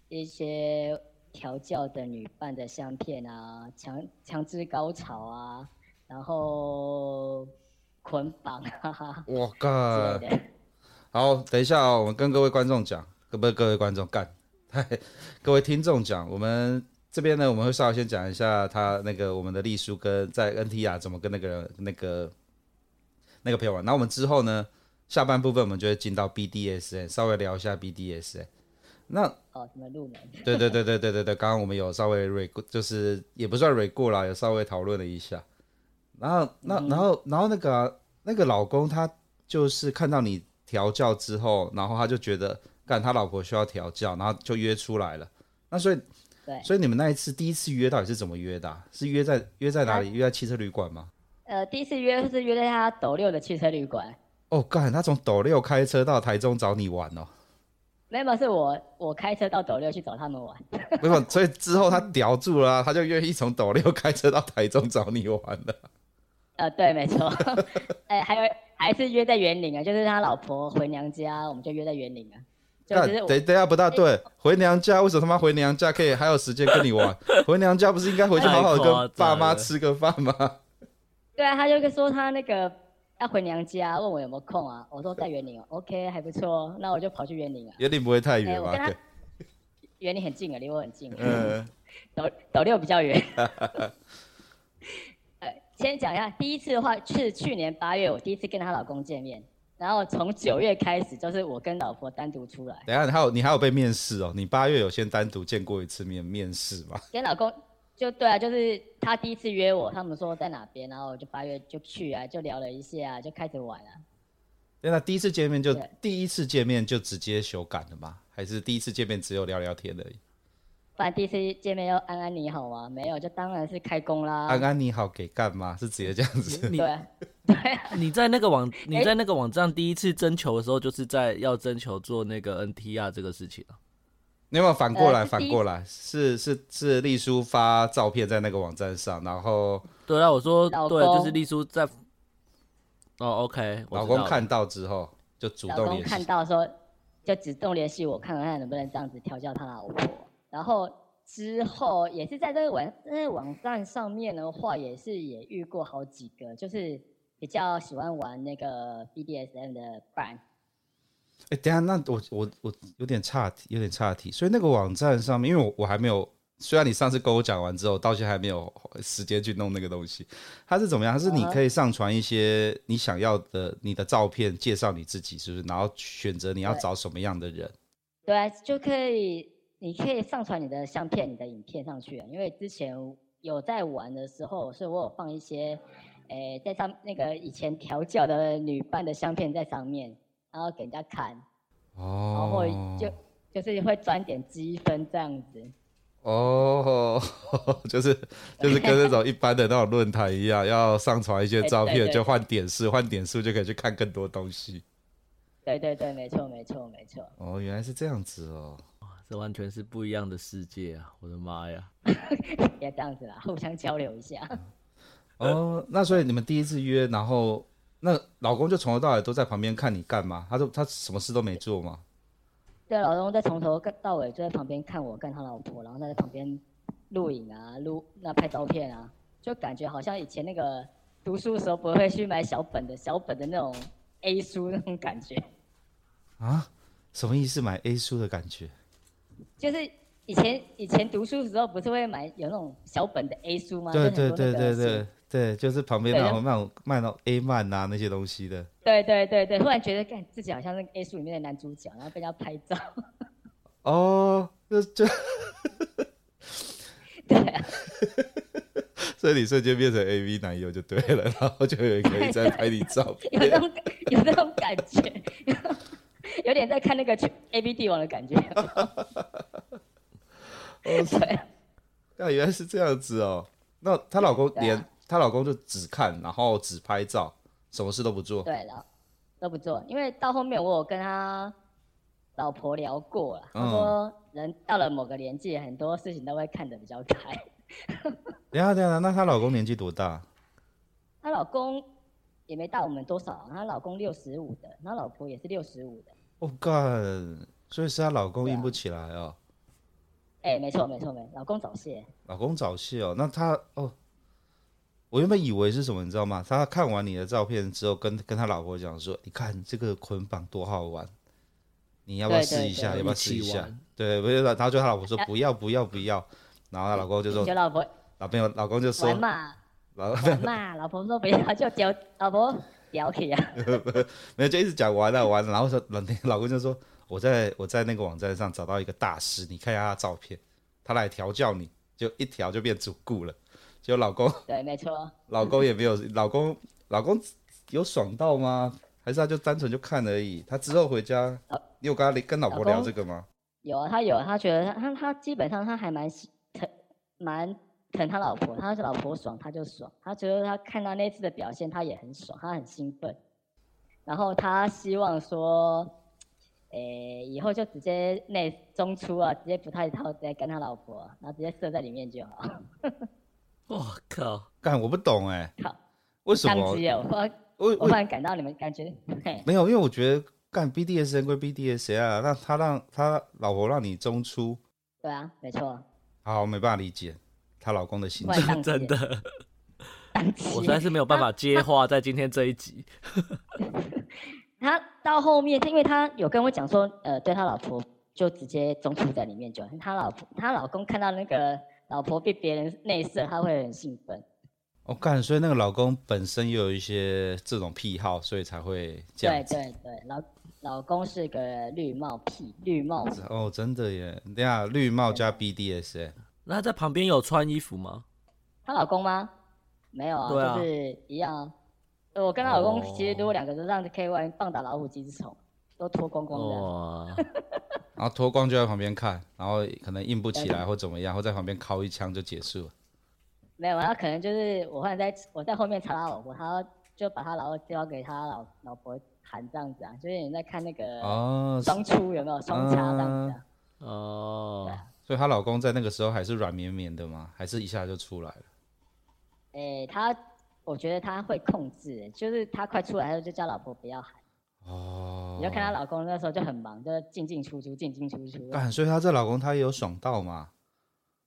[SPEAKER 3] 一些调教的女伴的相片啊，强强制高潮啊，然后 *laughs* 捆绑啊
[SPEAKER 1] 我
[SPEAKER 3] 之
[SPEAKER 1] 靠！
[SPEAKER 3] 类的。
[SPEAKER 1] 好，等一下、哦，我们跟各位观众讲，呃不是各位观众干， *laughs* 各位听众讲，我们这边呢，我们会稍微先讲一下他那个我们的丽叔跟在 NTR 怎么跟那个那个那个朋友玩。然后我们之后呢，下半部分我们就会进到 BDSN，稍微聊一下 BDSN。那
[SPEAKER 3] 哦，什么入门？
[SPEAKER 1] 对对对对对对对，刚刚我们有稍微蕊过，就是也不算蕊过啦，有稍微讨论了一下。然后，那然后然后那个啊、那个老公他就是看到你调教之后，然后他就觉得干他老婆需要调教，然后就约出来了。那所以
[SPEAKER 3] 对，
[SPEAKER 1] 所以你们那一次第一次约到底是怎么约的啊、是约在约在哪里？约在汽车旅馆吗？
[SPEAKER 3] 呃，第一次约是约在他斗六的汽车旅馆。
[SPEAKER 1] 哦，干，他从斗六开车到台中找你玩哦，
[SPEAKER 3] 没有，没有是我我开车到斗六去找他们玩。
[SPEAKER 1] 没有，所以之后他屌住了啊、他就愿意从斗六开车到台中找你玩了。
[SPEAKER 3] 呃，对，没错。 *laughs* 哎、还有还是约在园林啊，就是他老婆回娘家，我们就约在园林啊。就
[SPEAKER 1] 干
[SPEAKER 3] 只是我
[SPEAKER 1] 等等下不大对，回娘家为什么他妈回娘家可以还有时间跟你玩？回娘家不是应该回去好好
[SPEAKER 4] 太夸
[SPEAKER 1] 跟爸妈
[SPEAKER 4] 张了
[SPEAKER 1] 吃个饭吗？
[SPEAKER 3] 对啊，他就说他那个要回娘家，问我有没有空啊。我说在园林哦，OK，还不错哦，那我就跑去园林啊。
[SPEAKER 1] 有点不会太远
[SPEAKER 3] 哎我
[SPEAKER 1] 吧？
[SPEAKER 3] 跟他
[SPEAKER 1] 对，
[SPEAKER 3] 园林很近啊，离我很近。
[SPEAKER 1] 嗯，
[SPEAKER 3] *laughs* 斗斗六比较
[SPEAKER 1] *laughs*
[SPEAKER 3] 远。呃，先讲一下第一次的话，是去年八月我第一次跟她老公见面，然后从九月开始就是我跟老婆单独出来，
[SPEAKER 1] 等一下你还有你还有被面试哦，你八月有先单独见过一次面面试吗？
[SPEAKER 3] 跟老公就对啊，就是她第一次约我，他们说在哪边，然后我就八月就去啊，就聊了一下、就开始玩了、啊
[SPEAKER 1] 对，那第一次见面就
[SPEAKER 3] 对
[SPEAKER 1] 第一次见面就直接修改了吗？还是第一次见面只有聊聊天而已？
[SPEAKER 3] 不然第一次见面要安安你好吗？没有，就当然是开工啦。
[SPEAKER 1] 安安你好，给干嘛？是直接这样子？
[SPEAKER 4] 你
[SPEAKER 3] 对啊， *laughs* 对啊，
[SPEAKER 4] 你在那个网你在那个网站第一次征求的时候，就是在要征求做那个 NTR 这个事情啊。
[SPEAKER 1] 你 *laughs* 有没有反过来？
[SPEAKER 3] 呃是
[SPEAKER 1] 反
[SPEAKER 3] 第一
[SPEAKER 1] 过来是是是丽叔发照片在那个网站上，然后
[SPEAKER 4] 对啊，我说
[SPEAKER 3] 老
[SPEAKER 4] 对，就
[SPEAKER 3] 公
[SPEAKER 4] 是丽叔在。哦，OK，我知道
[SPEAKER 1] 老公
[SPEAKER 4] 了
[SPEAKER 1] 看到之后就主
[SPEAKER 3] 老
[SPEAKER 1] 动
[SPEAKER 3] 公
[SPEAKER 1] 联系
[SPEAKER 3] 看。到说，就主动联系我，看看能不能这样子调教他老婆。然后之后也是在这个网这个网站上面的话，也是也遇过好几个，就是比较喜欢玩那个 BDSM 的伴。
[SPEAKER 1] 哎、等一下，那我我我有点岔题，有点岔题。所以那个网站上面，因为我我还没有，虽然你上次跟我讲完之后，到现在还没有时间去弄那个东西。它是怎么样？它是你
[SPEAKER 3] 嗯
[SPEAKER 1] 可以上传一些你想要的你的照片，介绍你自己，是不是？然后选择你要
[SPEAKER 3] 对
[SPEAKER 1] 找什么样的人。
[SPEAKER 3] 对啊，就可以，你可以上传你的相片、你的影片上去啊。因为之前有在玩的时候，所以我有放一些，诶、在上那个以前调教的女伴的相片在上面，然后给人家看。然后
[SPEAKER 1] 哦
[SPEAKER 3] 会就就是会赚点积分这样子。
[SPEAKER 1] 哦， *laughs* 就是
[SPEAKER 3] *laughs*
[SPEAKER 1] 就是跟那种一般的那种论坛一样，要上传一些
[SPEAKER 3] 对
[SPEAKER 1] 照
[SPEAKER 3] 对
[SPEAKER 1] 片
[SPEAKER 3] 对
[SPEAKER 1] 就换点数，换点数就可以去看更多东西。
[SPEAKER 3] 对对对，没错没错没错。
[SPEAKER 1] 哦，原来是这样子哦。
[SPEAKER 4] 这完全是不一样的世界啊！我的妈呀！
[SPEAKER 3] 也这样子啦，互相交流一下。
[SPEAKER 1] 哦，那所以你们第一次约，然后那老公就从头到尾都在旁边看你干嘛？他都他什么事都没做吗？
[SPEAKER 3] 对，老公在从头跟到尾就在旁边看我跟他老婆，然后他在旁边录影啊，录那拍照片啊，就感觉好像以前那个读书的时候不会去买小本的小本的那种 A 书那种感觉，
[SPEAKER 1] 啊，什么意思？买 A 书的感觉？
[SPEAKER 3] 就是。以前以前读书的时候不是会买有那种小本的 A 书吗？
[SPEAKER 1] 对
[SPEAKER 3] 就很
[SPEAKER 1] 对
[SPEAKER 3] 多
[SPEAKER 1] 对
[SPEAKER 3] 那
[SPEAKER 1] 对
[SPEAKER 3] 个
[SPEAKER 1] 对对，就是旁边
[SPEAKER 3] 对
[SPEAKER 1] 那
[SPEAKER 3] 然后
[SPEAKER 1] 种那种卖那种 A 漫啊那些东西的。
[SPEAKER 3] 对对对对，忽然觉得干自己好像那个 A 书里面的男主角，然后被人家拍照。 *laughs*
[SPEAKER 1] 哦，就就， *laughs*
[SPEAKER 3] 啊
[SPEAKER 1] 所以你瞬间变成 A V 男友就对了， *laughs* 然后就有一个人在拍你照
[SPEAKER 3] *laughs* 有那
[SPEAKER 1] 片。
[SPEAKER 3] 种有那种感觉， *laughs* 有点在看那个 A B 帝王的感觉。 *laughs* 对，
[SPEAKER 1] 啊，哦原来是这样子哦。那她老公
[SPEAKER 3] 对啊
[SPEAKER 1] 连她、老公就只看，然后只拍照，什么事都不做。
[SPEAKER 3] 对了，都不做，因为到后面我有跟他老婆聊过了，
[SPEAKER 1] 嗯
[SPEAKER 3] 他说人到了某个年纪，很多事情都会看得比较开。
[SPEAKER 1] 等一下等一下，啊那她老公年纪多大？
[SPEAKER 3] 她老公也没大我们多少，啊她老公六十五的，然后老婆也是六十五的。
[SPEAKER 1] 我、
[SPEAKER 2] 哦
[SPEAKER 1] 哦干，所以是她老公
[SPEAKER 3] 对啊
[SPEAKER 1] 硬不起来哦，
[SPEAKER 3] 哎、没错没错没错，老公早泄。
[SPEAKER 1] 老公早泄哦。那她哦，我原本以为是什么，你知道吗？她看完你的照片之后，跟跟她老婆讲说：“你看这个捆绑多好玩，你要不要
[SPEAKER 3] 对对
[SPEAKER 1] 试一下？
[SPEAKER 2] 对
[SPEAKER 1] 要不要
[SPEAKER 2] 一
[SPEAKER 1] 试一
[SPEAKER 2] 起
[SPEAKER 1] 下
[SPEAKER 2] 玩？”
[SPEAKER 1] 对，不是，然后就她老婆说：“不要，不要，不要。”然后她老公就
[SPEAKER 3] 你
[SPEAKER 1] 说
[SPEAKER 3] 觉得老婆：“
[SPEAKER 1] 老朋友，老公就说
[SPEAKER 3] 玩，嘛
[SPEAKER 1] 老
[SPEAKER 3] 玩嘛，老婆说不要就屌，老婆屌起啊。
[SPEAKER 1] 没有就一直讲完了完了，然后说老老公就说我在我在那个网站上找到一个大师，你看一下他的照片，他来调教你，就一调就变主顾了。结果老公
[SPEAKER 3] *laughs* 对，没错。
[SPEAKER 1] 老公也没有老公老公有爽到吗？还是他就单纯就看而已？他之后回家，你有跟他跟老婆聊这个吗？
[SPEAKER 3] 有啊，他有啊，他觉得他他他基本上他还蛮喜疼蛮疼他老婆，他是老婆爽他就爽，他觉得他看到那次的表现他也很爽，他很兴奋，然后他希望说，诶、以后就直接内中出啊，直接不太套，直接跟他老婆，啊然后直接射在里面就好。
[SPEAKER 4] 我靠，
[SPEAKER 1] 干，我不懂哎、
[SPEAKER 3] 靠，
[SPEAKER 1] 为什
[SPEAKER 3] 当
[SPEAKER 1] 么
[SPEAKER 3] 机？哦了，我忽然
[SPEAKER 1] 为
[SPEAKER 3] 我忽
[SPEAKER 1] 为
[SPEAKER 3] 然感到你们感觉，嘿，
[SPEAKER 1] 没有？因为我觉得干 BDSN 归 BDSN 啊，那他让他老婆让你中出，
[SPEAKER 3] 对啊，没错，
[SPEAKER 1] 好没办法理解她老公的心
[SPEAKER 3] 忽
[SPEAKER 1] 情
[SPEAKER 3] 然。当机
[SPEAKER 4] 真的，
[SPEAKER 3] 当机，
[SPEAKER 4] 我实在是没有办法接话，在今天这一集，
[SPEAKER 3] 他到后面，他因为他有跟我讲说，呃，对他老婆就直接中途在里面就，他老婆他老公看到那个老婆被别人内射，他会很兴奋。
[SPEAKER 1] 我哦干、所以那个老公本身又有一些这种癖好，所以才会这
[SPEAKER 3] 对
[SPEAKER 1] 样子。
[SPEAKER 3] 对对，老老公是个绿帽屁，绿帽
[SPEAKER 1] 哦，真的耶！等一下绿帽加 BDS，哎
[SPEAKER 4] 那他在旁边有穿衣服吗？
[SPEAKER 3] 她老公吗？没有
[SPEAKER 4] 对
[SPEAKER 3] 啊，
[SPEAKER 4] 啊
[SPEAKER 3] 就是一样啊。我跟她老公其实如果
[SPEAKER 4] 哦
[SPEAKER 3] 两个人让可以玩棒打老虎鸡之虫，都脱光光的
[SPEAKER 1] 哦
[SPEAKER 3] 啊。
[SPEAKER 4] 哇，
[SPEAKER 1] 然后脱光就在旁边看，然后可能硬不起来或怎么样，或在旁边敲一枪就结束了。
[SPEAKER 3] 没有啊，他可能就是我后来在我在后面查他老婆，他就把他老婆交给他老老婆谈这样子啊，就是你在看那个
[SPEAKER 1] 哦，
[SPEAKER 3] 双出有没有双插这样子、啊？
[SPEAKER 4] 哦，
[SPEAKER 1] 所以她老公在那个时候还是软绵绵的吗？还是一下就出来了？
[SPEAKER 3] 诶、他我觉得他会控制，就是他快出来的时候就叫老婆不要喊，
[SPEAKER 1] 哦，
[SPEAKER 3] 你就看她老公那时候就很忙，就是进进出出，进进出出。
[SPEAKER 1] 干，所以她这老公他也有爽到嘛？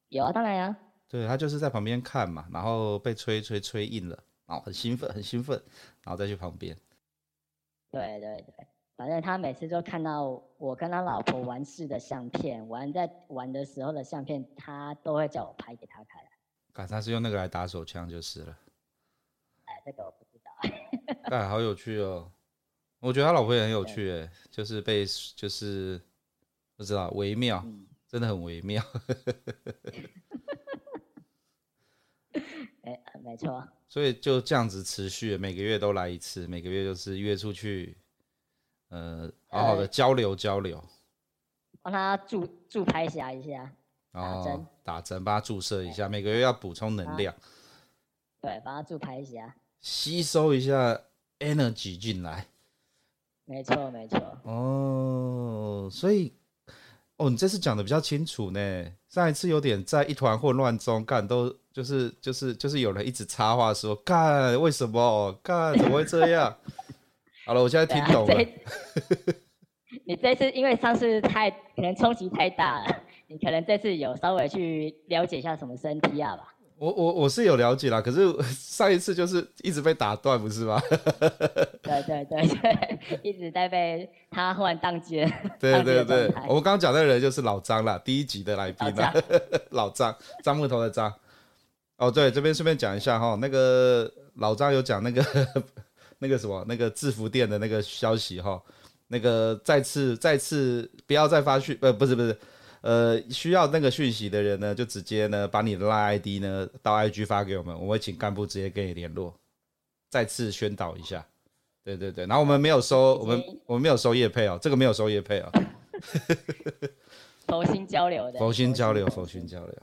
[SPEAKER 3] 有啊，当然啊，
[SPEAKER 1] 对他就是在旁边看嘛，然后被吹吹吹硬了，然后很兴奋很兴奋，然后再去旁边。
[SPEAKER 3] 对对对，反正他每次就看到我跟他老婆玩事的相片，玩在玩的时候的相片，他都会叫我拍给他看。
[SPEAKER 1] 干，他是用那个来打手枪就是了。
[SPEAKER 3] 哎，这个我不知道。
[SPEAKER 1] 哎，好有趣哦！我觉得他老婆也很有趣，哎，就是被就是不知道微妙，
[SPEAKER 3] 嗯
[SPEAKER 1] 真的很微妙。 *laughs*
[SPEAKER 3] 哎，呃没错，
[SPEAKER 1] 所以就这样子持续，每个月都来一次，每个月就是约出去，呃，好好的
[SPEAKER 3] 呃
[SPEAKER 1] 交流交流，
[SPEAKER 3] 帮他助助拍侠一下，
[SPEAKER 1] 然
[SPEAKER 3] 打针
[SPEAKER 1] 后打针，帮他注射一下，每个月要补充能
[SPEAKER 3] 啊
[SPEAKER 1] 量，
[SPEAKER 3] 对，帮他助拍一下。
[SPEAKER 1] 吸收一下 energy 进来。
[SPEAKER 3] 没错，没错。
[SPEAKER 1] 哦，所以，哦，你这次讲的比较清楚呢。上一次有点在一团混乱中干，都就是就是就是有人一直插话说干为什么干怎么会这样？ *laughs* 好了，我现在
[SPEAKER 3] 对
[SPEAKER 1] 听
[SPEAKER 3] 啊
[SPEAKER 1] 懂了。
[SPEAKER 3] 这一你这次因为上次太可能冲击太大了，你可能这次有稍微去了解一下什么是 NTR 吧？
[SPEAKER 1] 我我我是有了解啦，可是 *laughs* 上一次就是一直被打断，不是吗？
[SPEAKER 3] 对对对对， *laughs* 一直在被他忽然宕机了。
[SPEAKER 1] 对
[SPEAKER 3] 上次
[SPEAKER 1] 对
[SPEAKER 3] 的
[SPEAKER 1] 对
[SPEAKER 3] 状，态
[SPEAKER 1] 我们 *laughs* 刚刚讲那个人就是老张啦，第一集的来宾啦，老张张木头的张。哦，对，这边顺便讲一下哈，那个老张有讲那个 *laughs* 那个什么那个制服店的那个消息哈，那个再次再次不要再发讯，呃，不是不是，呃，需要那个讯息的人呢，就直接呢把你的 line ID 呢到 IG 发给我们，我会请干部直接跟你联络，再次宣导一下。对对对，然后我们没有收，我们我们没有收业配哦，这个没有收业配哦，
[SPEAKER 3] 佛心交流的，
[SPEAKER 1] 佛心交流，佛心交流。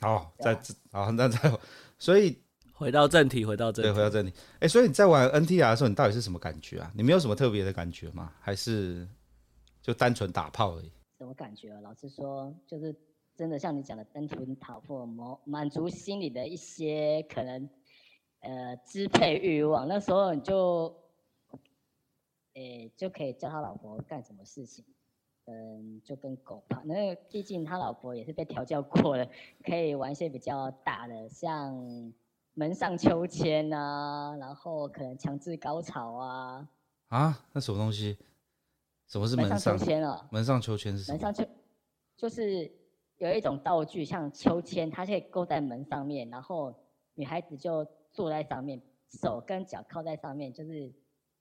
[SPEAKER 1] 好，
[SPEAKER 3] 啊
[SPEAKER 1] 在好，那再所以
[SPEAKER 4] 回到正题，回到正
[SPEAKER 1] 对，回
[SPEAKER 4] 题，
[SPEAKER 1] 到这里。哎、所以你在玩 NTR 的时候，你到底是什么感觉啊？你没有什么特别的感觉吗？还是就单纯打炮而已？
[SPEAKER 3] 什么感觉啊？老实说，就是真的像你讲的登徒讨破满满足心里的一些可能呃支配欲望。那时候你就，诶、就可以叫他老婆干什么事情，嗯，就跟狗吧。那毕竟他老婆也是被调教过的，可以玩一些比较大的，像门上秋千啊，然后可能强制高潮啊，
[SPEAKER 1] 啊，那什么东西？什么是门
[SPEAKER 3] 上
[SPEAKER 1] 上
[SPEAKER 3] 秋千啊。
[SPEAKER 1] 门上秋千是什
[SPEAKER 3] 门
[SPEAKER 1] 么
[SPEAKER 3] 上？就就是有一种道具，像秋千，它可以勾在门上面，然后女孩子就坐在上面，手跟脚靠在上面，就是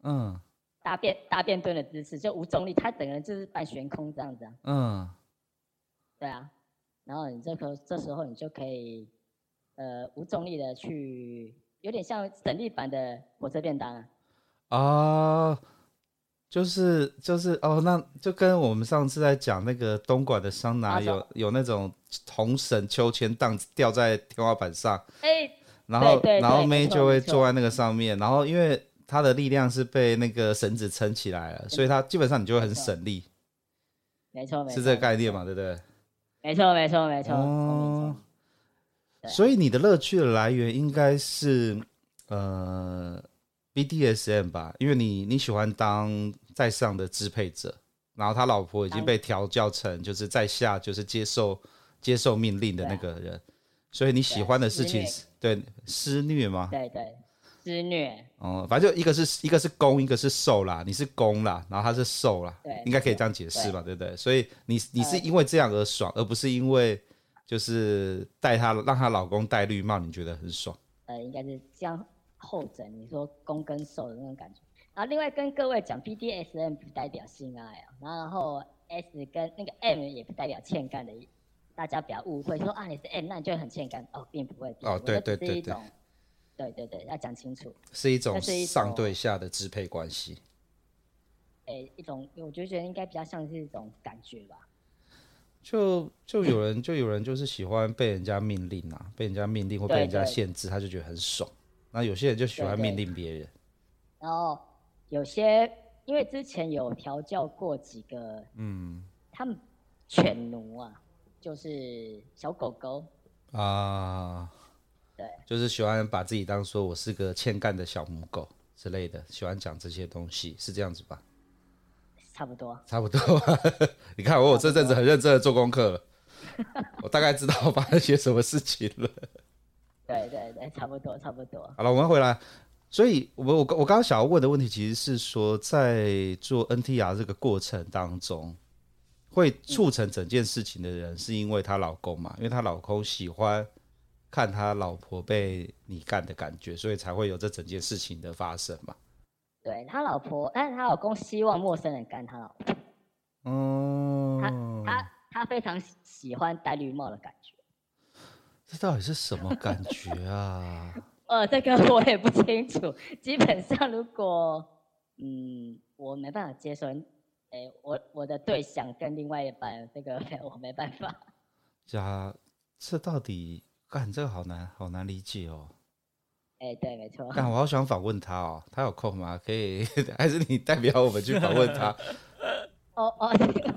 [SPEAKER 1] 嗯
[SPEAKER 3] 大便大便蹲的姿势，就无重力，她整个人就是半悬空这样子啊，
[SPEAKER 1] 嗯，
[SPEAKER 3] 对啊，然后你这个这时候你就可以呃无重力的去，有点像省力版的火车便当啊，
[SPEAKER 1] 啊，就是就是哦，那就跟我们上次在讲那个东莞的桑拿
[SPEAKER 3] 啊
[SPEAKER 1] 有有那种红绳秋千荡吊在天花板上，
[SPEAKER 3] 哎、
[SPEAKER 1] 然后
[SPEAKER 3] 对对
[SPEAKER 1] 然后
[SPEAKER 3] 对
[SPEAKER 1] 妹
[SPEAKER 3] 没错
[SPEAKER 1] 就会
[SPEAKER 3] 没错
[SPEAKER 1] 坐在那个上面，然后因为她的力量是被那个绳子撑起来了，所以她基本上你就会很
[SPEAKER 3] 没错
[SPEAKER 1] 省力，
[SPEAKER 3] 没错没错，
[SPEAKER 1] 是这个概
[SPEAKER 3] 没
[SPEAKER 1] 念
[SPEAKER 3] 错
[SPEAKER 1] 嘛，？对不对？
[SPEAKER 3] 没错没错没错，我
[SPEAKER 1] 哦
[SPEAKER 3] 没错，对
[SPEAKER 1] 所以你的乐趣的来源应该是呃 BDSM 吧，因为你你喜欢当在上的支配者，然后他老婆已经
[SPEAKER 3] 当
[SPEAKER 1] 被调教成就是在下就是接受接受命令的那个人，所以你喜
[SPEAKER 3] 啊对
[SPEAKER 1] 欢的
[SPEAKER 3] 施
[SPEAKER 1] 事情
[SPEAKER 3] 虐
[SPEAKER 1] 是对施虐吗？
[SPEAKER 3] 对对，施虐。
[SPEAKER 1] 哦，反正就一个是一个是攻，一个是受啦，你是攻啦，然后他是受啦
[SPEAKER 3] 对，
[SPEAKER 1] 应该可以这样解释吧，对不对？所以你你是因为这样而爽，而不是因为就是戴她让她老公戴绿帽，你觉得很爽
[SPEAKER 3] 呃，应该是这样后者，你说攻跟受的那种感觉。然后另外跟各位讲，BDSM 不代表性爱啊，然后 S 跟那个 M 也不代表欠干的意，大家不要误会，说啊你是 M，那你就很欠干哦，并不会。并
[SPEAKER 1] 哦
[SPEAKER 3] 不会
[SPEAKER 1] 对
[SPEAKER 3] 这只
[SPEAKER 1] 对
[SPEAKER 3] 是
[SPEAKER 1] 对
[SPEAKER 3] 一
[SPEAKER 1] 对
[SPEAKER 3] 种对对对，要讲清楚。
[SPEAKER 1] 是一种
[SPEAKER 3] 那是一种
[SPEAKER 1] 上对下的支配关系。
[SPEAKER 3] 诶，一种我就觉得应该比较像是一种感觉吧。
[SPEAKER 1] *laughs* 就就有 *laughs* 人就有人就是喜欢被人家命令啊，被人家命令或被
[SPEAKER 3] 对
[SPEAKER 1] 人家
[SPEAKER 3] 对
[SPEAKER 1] 限制，他就觉得很爽。那有些人就喜欢
[SPEAKER 3] 对对
[SPEAKER 1] 命令别人，
[SPEAKER 3] 然后有些因为之前有调教过几个，
[SPEAKER 1] 嗯
[SPEAKER 3] 他们犬奴啊，就是小狗狗，
[SPEAKER 1] 啊，
[SPEAKER 3] 对。
[SPEAKER 1] 就是喜欢把自己当说我是个欠干的小母狗之类的，喜欢讲这些东西，是这样子吧？
[SPEAKER 3] 差不多。
[SPEAKER 1] 差不多吧。 *laughs* 你看我，我这阵子很认真的做功课了，我大概知道发生些什么事情了。
[SPEAKER 3] 对对对，差不多差不多。
[SPEAKER 1] 好了，我们回来。所以我，我我刚我刚刚想要问的问题，其实是说，在做 NTR 这个过程当中，会促成整件事情的人，是因为她老公嘛？因为她老公喜欢看她老婆被你干的感觉，所以才会有这整件事情的发生嘛。
[SPEAKER 3] 对他老婆，但是他老公希望陌生人干他老婆，
[SPEAKER 1] 哦，
[SPEAKER 3] 他他非常喜喜欢戴绿帽的感觉。
[SPEAKER 1] 这到底是什么感觉啊？ *laughs*
[SPEAKER 3] 呃，这个我也不清楚。基本上，如果嗯，我没办法接受，诶，我我的对象跟另外一半，这个我没办法。
[SPEAKER 1] 假，这到底干这个好难好难理解哦。
[SPEAKER 3] 哎，对，没 *laughs* 错。
[SPEAKER 1] 但我好想访问他哦，他有空吗？ *laughs* 可以，还是你代表我们去访问
[SPEAKER 3] *laughs*
[SPEAKER 1] 他？
[SPEAKER 3] 哦哦，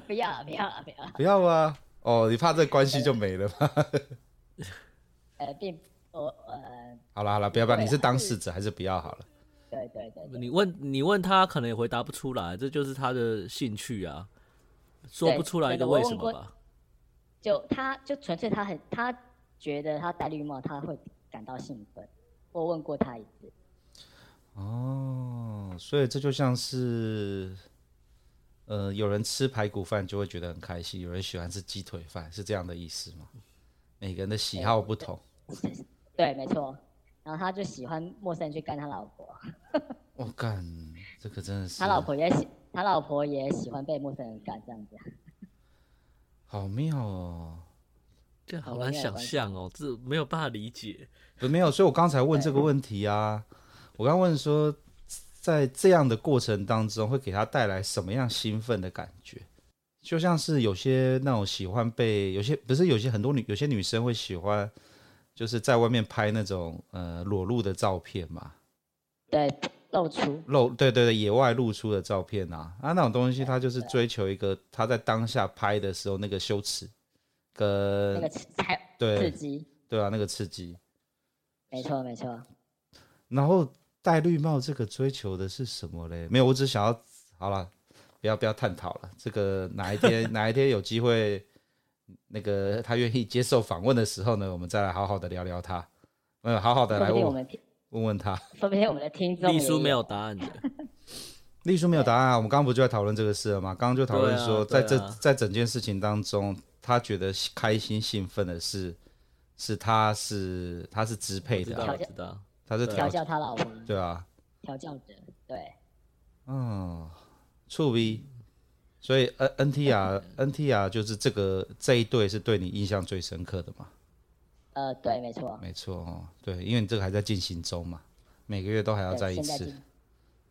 [SPEAKER 3] 不要了不要了不要了。
[SPEAKER 1] 不要啊！哦，你怕这关系就没了吗？ *laughs*
[SPEAKER 3] 呃，并我呃，
[SPEAKER 1] 好啦好啦，不要不要，
[SPEAKER 3] 对
[SPEAKER 1] 你是
[SPEAKER 3] 还
[SPEAKER 1] 当
[SPEAKER 3] 是
[SPEAKER 1] 事者还是不要好了？
[SPEAKER 3] 对对对对
[SPEAKER 4] 你问你问他，可能也回答不出来，这就是他的兴趣啊，说不出来一个为什么吧。
[SPEAKER 3] 就他就纯粹他很他觉得他戴绿帽他会感到兴奋。我问过他一次。
[SPEAKER 1] 哦，所以这就像是，呃，有人吃排骨饭就会觉得很开心，有人喜欢吃鸡腿饭，是这样的意思吗？每个人的喜好不同。
[SPEAKER 3] 对，没错。然后他就喜欢陌生人去干他老婆，
[SPEAKER 1] 我干，这个真的是
[SPEAKER 3] 哦他老婆也喜他老婆也喜欢被陌生人干这样子。
[SPEAKER 1] 好妙哦。
[SPEAKER 4] 这好难想象哦，这没有办法理解。
[SPEAKER 1] 不没有，所以我刚才问这个问题啊，我刚问说，在这样的过程当中，会给他带来什么样兴奋的感觉？就像是有些那种喜欢被有些不是有些很多女有些女生会喜欢，就是在外面拍那种呃裸露的照片嘛，
[SPEAKER 3] 对，露出
[SPEAKER 1] 露对对对野外露出的照片啊，啊那种东西，它就是追求一个他在当下拍的时候那个羞耻
[SPEAKER 3] 那个
[SPEAKER 1] 跟
[SPEAKER 3] 刺还
[SPEAKER 1] 呃对
[SPEAKER 3] 刺激，
[SPEAKER 1] 对啊那个刺激，
[SPEAKER 3] 没错没错。
[SPEAKER 1] 然后戴绿帽这个追求的是什么嘞？没有，我只想要好了，不要不要探讨了。这个哪一天 *laughs* 哪一天有机会，那个他愿意接受访问的时候呢，我们再来好好的聊聊他，没有好好的
[SPEAKER 3] 说
[SPEAKER 1] 来
[SPEAKER 3] 不定我
[SPEAKER 1] 问
[SPEAKER 3] 们听，
[SPEAKER 1] 问问他。
[SPEAKER 3] 说不定我们的听众
[SPEAKER 4] 秘书
[SPEAKER 3] 也
[SPEAKER 4] 没有答案的，
[SPEAKER 1] 丽叔没有答案啊，我们刚刚不就在讨论这个事了吗？刚刚就讨论说，
[SPEAKER 4] 对
[SPEAKER 1] 在
[SPEAKER 4] 啊
[SPEAKER 1] 这、
[SPEAKER 4] 对啊
[SPEAKER 1] 在整件事情当中，他觉得开心兴奋的是，是他是他是支配
[SPEAKER 4] 我知
[SPEAKER 1] 的
[SPEAKER 4] 道
[SPEAKER 1] 啊、
[SPEAKER 4] 我知道，
[SPEAKER 1] 他是
[SPEAKER 3] 调
[SPEAKER 1] 调
[SPEAKER 3] 教他老婆，
[SPEAKER 1] 对啊，
[SPEAKER 3] 调教者，对，
[SPEAKER 1] 嗯，触 V，所以呃 N N T R N T R 就是这个这一对是对你印象最深刻的嘛？
[SPEAKER 3] 呃，对，没错，
[SPEAKER 1] 没错哦，对，因为你这个还在进行中嘛，每个月都还要
[SPEAKER 3] 对
[SPEAKER 1] 再一
[SPEAKER 3] 现在
[SPEAKER 1] 次
[SPEAKER 3] 进，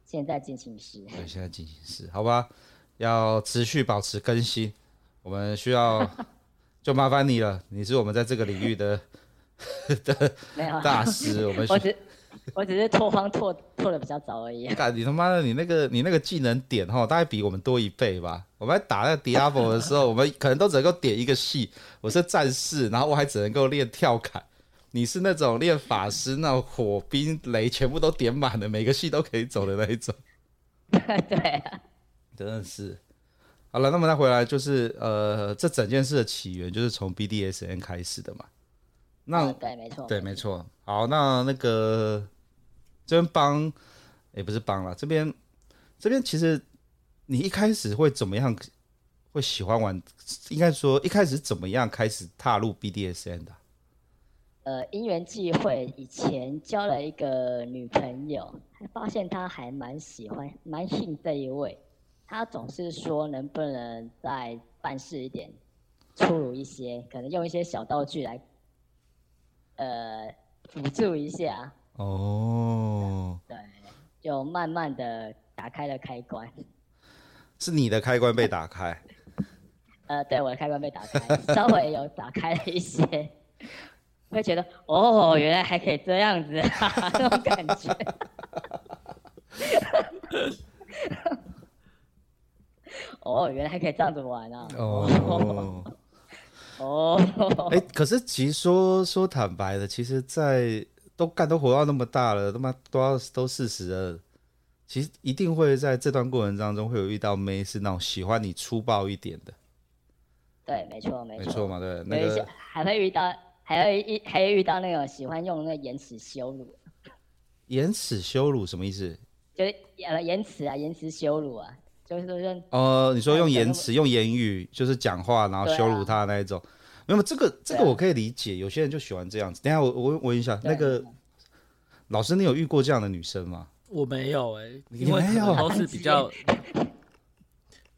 [SPEAKER 3] 现在进行时，
[SPEAKER 1] 对，现在进行时，好吧，要持续保持更新，我们需要，就麻烦你了，你是我们在这个领域的的
[SPEAKER 3] 没有啊，
[SPEAKER 1] 大师，我们
[SPEAKER 3] 我
[SPEAKER 1] 需
[SPEAKER 3] 只我只是拓荒拓拓的比较早而已， *laughs*
[SPEAKER 1] 干你他妈的，你那个你那个技能点哈，大概比我们多一倍吧。我们在打那个 Diablo 的时候，我们可能都只能够点一个系，我是战士，然后我还只能够练跳砍。你是那种练法师，那种火兵雷全部都点满的，每个系都可以走的那一种，
[SPEAKER 3] 对啊，
[SPEAKER 1] *laughs* 真的是。好了，那么再回来就是呃，这整件事的起源就是从 BDSN 开始的嘛。那、
[SPEAKER 3] 嗯对，没错，
[SPEAKER 1] 对，没错。好，那那个这边帮也不是帮了，这边这边其实你一开始会怎么样？会喜欢玩？应该说一开始怎么样开始踏入 BDSN 的啊、
[SPEAKER 3] 呃，因缘际会，以前交了一个女朋友，还发现她还蛮喜欢、蛮信这一位。她总是说能不能再办事一点，粗鲁一些，可能用一些小道具来，呃，辅助一下。
[SPEAKER 1] 哦，
[SPEAKER 3] 对，就慢慢的打开了开关。
[SPEAKER 1] 是你的开关被打开。
[SPEAKER 3] 呃，对，我的开关被打开，稍微有打开了一些，会觉得哦，原来还可以这样子啊， *laughs* 那种感觉。哦，原来还可以这样子玩啊！
[SPEAKER 1] *laughs* 哦，
[SPEAKER 3] 哦，
[SPEAKER 1] 哎、可是其实说说坦白的，其实在都干都活到那么大了，他妈都要都四十了，其实一定会在这段过程当中会有遇到妹是那种喜欢你粗暴一点的，
[SPEAKER 3] 对，没错，没
[SPEAKER 1] 没
[SPEAKER 3] 错
[SPEAKER 1] 错，嘛，对，
[SPEAKER 3] 有
[SPEAKER 1] 那
[SPEAKER 3] 一些
[SPEAKER 1] 个
[SPEAKER 3] 还会遇到，还会遇，还会遇到那种喜欢用那个言辞羞辱，
[SPEAKER 1] 言辞羞辱什么意思？
[SPEAKER 3] 就是呃言辞啊，言辞羞辱啊，就是说
[SPEAKER 1] 哦，你说用
[SPEAKER 3] 那
[SPEAKER 1] 言
[SPEAKER 3] 个
[SPEAKER 1] 辞、用言语，就是讲话，然后
[SPEAKER 3] 对啊
[SPEAKER 1] 羞辱他的那一种。没有，这个这个
[SPEAKER 3] 对啊
[SPEAKER 1] 我可以理解，有些人就喜欢这样子。等一下我我问一下，
[SPEAKER 3] 对
[SPEAKER 1] 那个老师，你有遇过这样的女生吗？
[SPEAKER 4] 我没有哎、
[SPEAKER 1] 你
[SPEAKER 4] 因为可
[SPEAKER 1] 没有
[SPEAKER 4] 能都是比较，
[SPEAKER 1] 哦
[SPEAKER 4] 对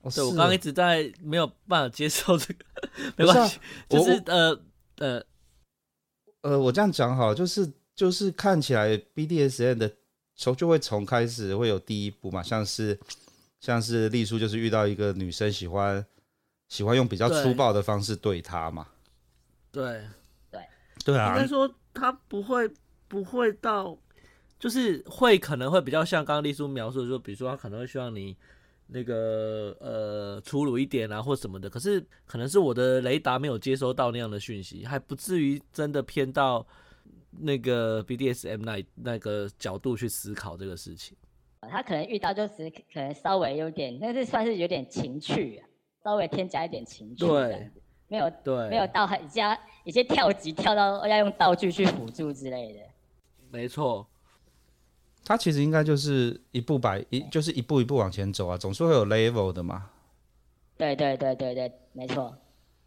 [SPEAKER 4] 我
[SPEAKER 1] 是
[SPEAKER 4] 刚刚
[SPEAKER 1] 哦
[SPEAKER 4] 一直在没有办法接受这个， *laughs*
[SPEAKER 1] 不
[SPEAKER 4] 没
[SPEAKER 1] 是啊
[SPEAKER 4] 关系，
[SPEAKER 1] 我
[SPEAKER 4] 就是呃呃，
[SPEAKER 1] 呃，我这样讲好了，就是就是看起来 BDSN 的从就会从开始会有第一步嘛，像是像是丽叔就是遇到一个女生喜欢喜欢用比较
[SPEAKER 4] 对
[SPEAKER 1] 粗暴的方式对她嘛，
[SPEAKER 4] 对，
[SPEAKER 1] 对
[SPEAKER 2] 啊
[SPEAKER 4] 应该说他不会不会到，就是会可能会比较像刚刚丽叔描述的，说比如说他可能会希望你那个呃粗鲁一点啊或什么的，可是可能是我的雷达没有接收到那样的讯息，还不至于真的偏到那个 BDSM 那一那个角度去思考这个事情。
[SPEAKER 3] 他可能遇到就是可能稍微有点，那是算是有点情趣、啊，稍微添加一点情趣这样子，没有
[SPEAKER 4] 对，
[SPEAKER 3] 没有到很加，已经跳级跳到要用道具去辅助之类的。
[SPEAKER 4] 没错，
[SPEAKER 1] 她其实应该就是一步把一就是一步一步往前走啊，总是会有 level 的嘛，
[SPEAKER 3] 对对对对对，没错，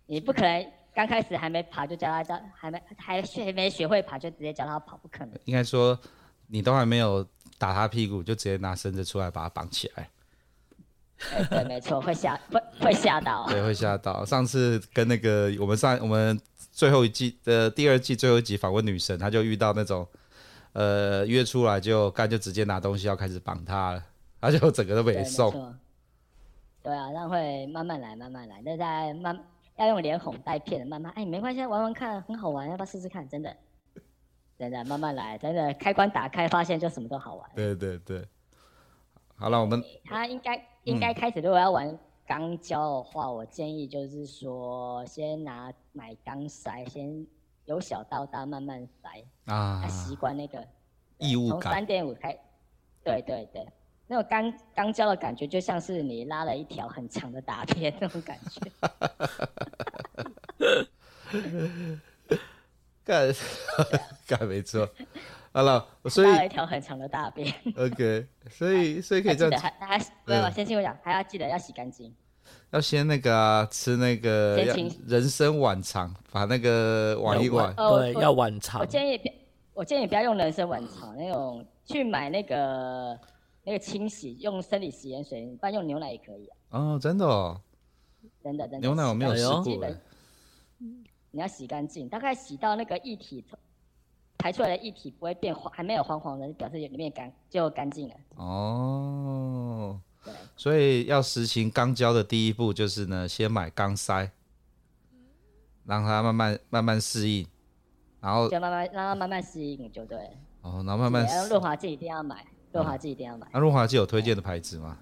[SPEAKER 3] 你不可能刚开始还没爬就教他教，还没还学还没学会爬就直接教他跑，不可能。
[SPEAKER 1] 应该说你都还没有打他屁股，就直接拿绳子出来把他绑起来，
[SPEAKER 3] 哎对，没错，会吓会会吓到。啊
[SPEAKER 1] 对，会吓到。上次跟那个我们上我们最后一季的第二季最后一集访问女神，她就遇到那种呃约出来就干就直接拿东西要开始绑她了，她就整个都
[SPEAKER 3] 对，
[SPEAKER 1] 被
[SPEAKER 3] 没
[SPEAKER 1] 送。
[SPEAKER 3] 错。对啊，那会慢慢来，慢慢来，那再慢要用连哄带骗的慢慢，哎，没关系，玩玩看，很好玩，要不要试试看？真的，真的慢慢来，真的开关打开，发现就什么都好玩。
[SPEAKER 1] 对对对。好了，我们
[SPEAKER 3] 他应该应该开始，如果要玩钢胶的话，我建议就是说，先拿买钢塞，先由小到大慢慢塞，
[SPEAKER 1] 啊
[SPEAKER 3] 他，习惯那个
[SPEAKER 1] 异物
[SPEAKER 3] 从
[SPEAKER 1] 感
[SPEAKER 3] 三点五开，对对对，那种钢钢胶的感觉，就像是你拉了一条很长的大片那种感
[SPEAKER 1] *laughs*
[SPEAKER 3] 觉。 *laughs*
[SPEAKER 1] 干干没错。好了，所以
[SPEAKER 3] 拉了一条很长的大便，
[SPEAKER 1] OK，所以所以可
[SPEAKER 3] 还
[SPEAKER 1] 以这样
[SPEAKER 3] 记得
[SPEAKER 1] 子，
[SPEAKER 3] 还还没有，
[SPEAKER 1] 嗯
[SPEAKER 3] 先听我讲，还要记得要洗干净。
[SPEAKER 1] 要先那个啊，吃那个
[SPEAKER 3] 先
[SPEAKER 1] 要
[SPEAKER 3] 清
[SPEAKER 1] 人参碗肠，把那个碗一碗，
[SPEAKER 3] 哦
[SPEAKER 4] 对，
[SPEAKER 3] 我
[SPEAKER 4] 要晚长
[SPEAKER 3] 我。建议别，我建议不要用人参碗槽那种，去买那个那个清洗，用生理食盐水，不然用牛奶也可以、啊。
[SPEAKER 1] 哦，真的哦，
[SPEAKER 3] 真的真的。
[SPEAKER 1] 牛奶我没有
[SPEAKER 4] 哎
[SPEAKER 1] 试
[SPEAKER 4] 呦
[SPEAKER 3] 基
[SPEAKER 1] 过
[SPEAKER 3] 本
[SPEAKER 1] 哎，
[SPEAKER 3] 你要洗干净，大概洗到那个液体排出来的液体不会变黄，还没有黄黄的，表示里面干就干净了。
[SPEAKER 1] 哦
[SPEAKER 3] 对，
[SPEAKER 1] 所以要实行钢胶的第一步就是呢，先买钢塞，让它慢慢慢慢适应，然后
[SPEAKER 3] 就慢慢让它慢慢适应，就对了。
[SPEAKER 1] 哦，然后呃慢慢
[SPEAKER 3] 然后
[SPEAKER 1] 适
[SPEAKER 3] 润。滑剂一定要买，润滑剂一定要买、
[SPEAKER 1] 那润滑剂有推荐的牌子吗？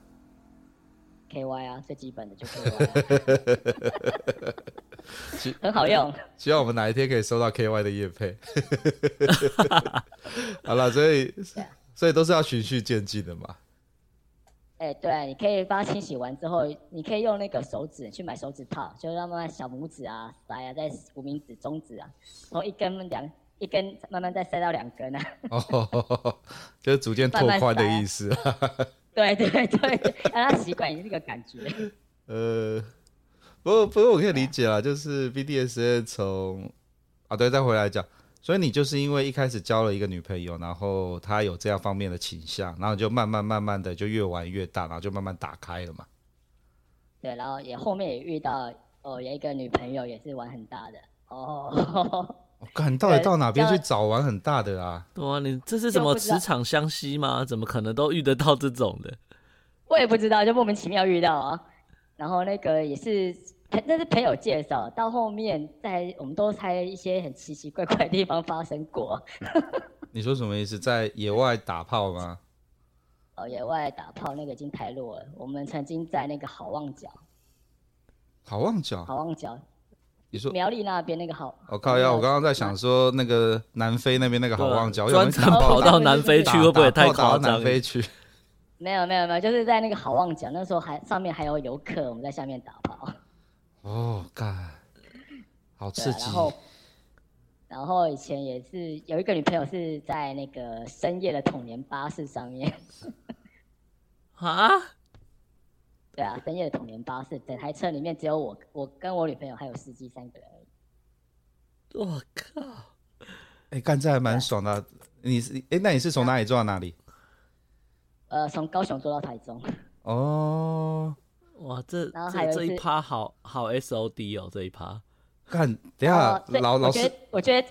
[SPEAKER 3] KY 啊，最基本的就 KY，、啊、 *laughs* 很好用。
[SPEAKER 1] 希望我们哪一天可以收到 KY 的叶
[SPEAKER 3] *laughs*
[SPEAKER 1] 配。好了，所以所以都是要循序渐进的嘛。
[SPEAKER 3] 哎、对，你可以把它清洗完之后，你可以用那个手指去买手指套，就让慢慢小拇指啊塞啊，再无名指、中指啊，从一根两一根慢慢再塞到两根啊。
[SPEAKER 1] 哦， *laughs* 就是逐渐拓宽的意思。
[SPEAKER 3] *laughs* 对对对，对让他习惯这个感觉。
[SPEAKER 1] 呃，不过不过我可以理解啦，就是 BDSN 从啊对，再回来讲，所以你就是因为一开始交了一个女朋友，然后她有这样方面的倾向，然后你就慢慢慢慢的就越玩越大，然后就慢慢打开了嘛。
[SPEAKER 3] 对，然后也后面也遇到哦，有一个女朋友也是玩很大的哦， *laughs*
[SPEAKER 1] 我、哦、看到底
[SPEAKER 3] 对
[SPEAKER 1] 到哪边
[SPEAKER 3] 交
[SPEAKER 1] 去
[SPEAKER 3] 了
[SPEAKER 1] 找玩很大的啊？
[SPEAKER 4] 对啊，你这是什么磁场相吸吗？怎么可能都遇得到这种的？
[SPEAKER 3] 我也不知道，就莫名其妙遇到啊。然后那个也是，那是朋友介绍，到后面在我们都在一些很奇奇怪怪的地方发生过，
[SPEAKER 1] 你说什么意思？在野外打炮吗？
[SPEAKER 3] 哦，野外打炮那个已经太弱了。我们曾经在那个好望角，
[SPEAKER 1] 好望角？
[SPEAKER 3] 好望角
[SPEAKER 1] 你说
[SPEAKER 3] 苗栗那边那个好，
[SPEAKER 1] 我、哦靠呀！我刚刚在想说那个南非那边那个好望角，
[SPEAKER 4] 对啊专程跑到南非去，
[SPEAKER 1] 打
[SPEAKER 4] 会不会太
[SPEAKER 1] 打炮打
[SPEAKER 4] 夸
[SPEAKER 1] 到
[SPEAKER 4] 张
[SPEAKER 1] 南？非去。
[SPEAKER 3] 没有没有没有，就是在那个好望角，那时候还上面还有游客，我们在下面打炮。
[SPEAKER 1] 哦，干，好
[SPEAKER 3] 对
[SPEAKER 1] 刺
[SPEAKER 3] 啊
[SPEAKER 1] 激
[SPEAKER 3] 然！后，然后以前也是有一个女朋友是在那个深夜的统联巴士上面，
[SPEAKER 4] 啊？
[SPEAKER 3] 对啊，深夜的统联巴士，整台车里面只有我、我跟我女朋友还有司机三个人而已。
[SPEAKER 4] 我靠！
[SPEAKER 1] 哎，干这还蛮爽的啊。你是哎，那你是从哪里坐到哪里？
[SPEAKER 3] 呃，从高雄坐到台中，
[SPEAKER 1] 哦，
[SPEAKER 4] 哇，这
[SPEAKER 3] 然后还有
[SPEAKER 4] 这这
[SPEAKER 3] 一
[SPEAKER 4] 一
[SPEAKER 3] 次
[SPEAKER 4] 趴好好 S O D 哦，这一趴
[SPEAKER 1] 干，等一
[SPEAKER 3] 然
[SPEAKER 1] 下
[SPEAKER 3] 后最
[SPEAKER 1] 老老
[SPEAKER 3] 哦我觉
[SPEAKER 1] 师
[SPEAKER 3] 得，我觉得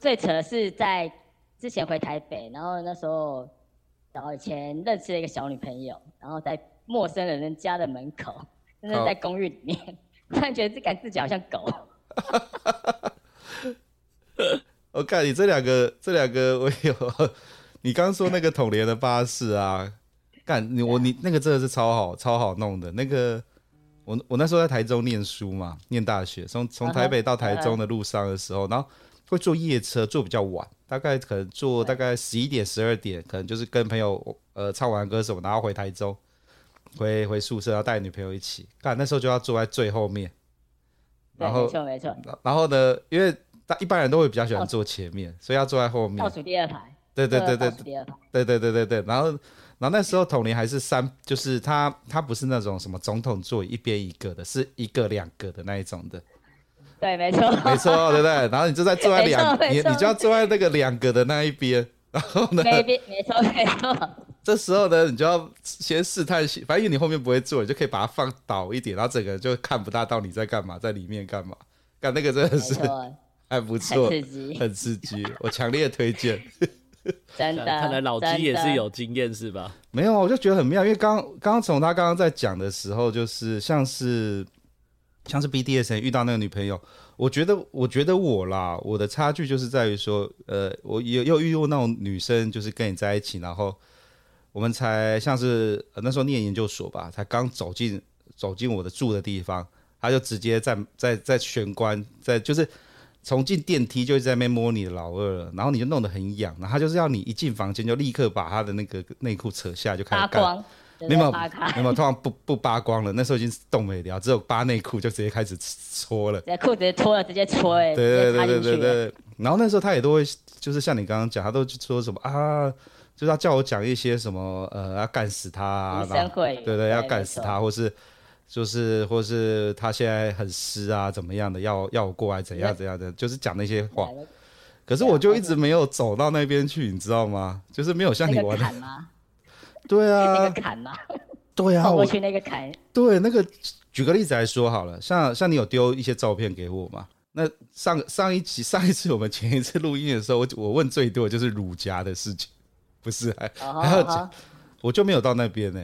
[SPEAKER 3] 最扯的是在之前回台北，然后那时候，然后以前认识了一个小女朋友，然后在陌生的人家的门口，真的
[SPEAKER 1] 好
[SPEAKER 3] 在公寓里面， *laughs* 突然觉得自感自己好像狗。
[SPEAKER 1] 我看哦你这两个，这两个 *laughs* 我有。你刚说那个统联的巴士啊，干你我你那个真的是超好超好弄的。那个我我那时候在台中念书嘛，念大学，从从
[SPEAKER 3] 嗯哼
[SPEAKER 1] 台北到台
[SPEAKER 3] 嗯哼
[SPEAKER 1] 中的路上的时候，然后会坐夜车，坐比较晚，大概可能坐大概十一点十二点，可能就是跟朋友呃唱完歌什么，然后回台中，回回宿舍，然后带女朋友一起。干那时候就要坐在最后面，
[SPEAKER 3] 对，
[SPEAKER 1] 然
[SPEAKER 3] 没
[SPEAKER 1] 后
[SPEAKER 3] 错没错，
[SPEAKER 1] 然后呢，因为大一般人都会比较喜
[SPEAKER 3] 哦
[SPEAKER 1] 欢坐前面，所以要坐在后面
[SPEAKER 3] 倒。数第二排。
[SPEAKER 1] 对对对
[SPEAKER 3] 倒
[SPEAKER 1] 对
[SPEAKER 3] 数第二排。
[SPEAKER 1] 对对对对对。然后，然后那时候统联还是三，就是
[SPEAKER 3] *laughs*
[SPEAKER 1] 他他不是那种什么总统座椅一边一个的，是一个两个的那一种的。
[SPEAKER 3] 对，没错，
[SPEAKER 1] 没错，对不对？然后你就在坐在两，
[SPEAKER 3] 没错
[SPEAKER 1] 你
[SPEAKER 3] 没错
[SPEAKER 1] 你就要坐在那个两个的那一边。然后呢，
[SPEAKER 3] 没没没错没错，
[SPEAKER 1] 这时候呢，你就要先试探性，反正因为你后面不会坐，你就可以把它放倒一点，然后整个人就看不大到你在干嘛，在里面干嘛。干那个真的
[SPEAKER 3] 没
[SPEAKER 1] 是
[SPEAKER 3] 错，
[SPEAKER 1] 还不
[SPEAKER 3] 很
[SPEAKER 1] 错，
[SPEAKER 3] 刺激，
[SPEAKER 1] 很刺激，我强烈推荐。
[SPEAKER 3] 真的。
[SPEAKER 4] 看来老
[SPEAKER 3] 真
[SPEAKER 4] 鸡也
[SPEAKER 3] 的
[SPEAKER 4] 是有经验是吧？
[SPEAKER 1] *laughs* 没有啊，我就觉得很妙，因为刚刚刚从他刚刚在讲的时候，就是像是像是 BDSN 遇到那个女朋友，我觉得我觉得我啦，我的差距就是在于说，呃，我也又遇过那种女生，就是跟你在一起，然后我们才像是、呃那时候念研究所吧，才刚走进走进我的住的地方，她就直接在在在玄关，在就是从进电梯就一直在那边摸你的老二了，然后你就弄得很痒，然后他就是要你一进房间就立刻把他的那个内裤扯下来就开
[SPEAKER 3] 扒
[SPEAKER 1] 始干，
[SPEAKER 3] 光，
[SPEAKER 1] 没有
[SPEAKER 3] 对扒开，
[SPEAKER 1] 那么通常不不扒光了，那时候已经冻没了，只有扒内裤就直接开始搓了。
[SPEAKER 3] 直接裤子脱了直接搓，哎，
[SPEAKER 1] 对
[SPEAKER 3] 直接
[SPEAKER 1] 对
[SPEAKER 3] 插
[SPEAKER 1] 对
[SPEAKER 3] 进
[SPEAKER 1] 对
[SPEAKER 3] 去了，
[SPEAKER 1] 对。然后那时候他也都会，就是像你刚刚讲，他都说什么啊，就是要叫我讲一些什么呃，要干死他、啊，
[SPEAKER 3] 医
[SPEAKER 1] 然
[SPEAKER 3] 生
[SPEAKER 1] 后
[SPEAKER 3] 会，
[SPEAKER 1] 对对，要干
[SPEAKER 3] 没
[SPEAKER 1] 死
[SPEAKER 3] 错
[SPEAKER 1] 他，，或是就是或是他现在很湿啊，怎么样的，要要我过来怎样怎样的，就是讲那些话。
[SPEAKER 3] 对
[SPEAKER 1] 可是
[SPEAKER 3] 对啊
[SPEAKER 1] 我就一
[SPEAKER 3] 而且
[SPEAKER 1] 直没有走到那边去，你知道吗？就是没有像你
[SPEAKER 3] 那个
[SPEAKER 1] 玩的
[SPEAKER 3] 坎，吗？
[SPEAKER 1] 对
[SPEAKER 3] 那
[SPEAKER 1] 啊
[SPEAKER 3] 个，哦坎吗？
[SPEAKER 1] 对啊，
[SPEAKER 3] 跨过
[SPEAKER 1] 我
[SPEAKER 3] 去那个坎，
[SPEAKER 1] 对，那个举个例子来说好了，像像你有丢一些照片给我嘛？那上上一期上一次我们前一次录音的时候，我我问最多的就是乳夹的事情，不是？还
[SPEAKER 3] 哦
[SPEAKER 1] 还有
[SPEAKER 3] 吼吼
[SPEAKER 1] 我就没有到那边呢、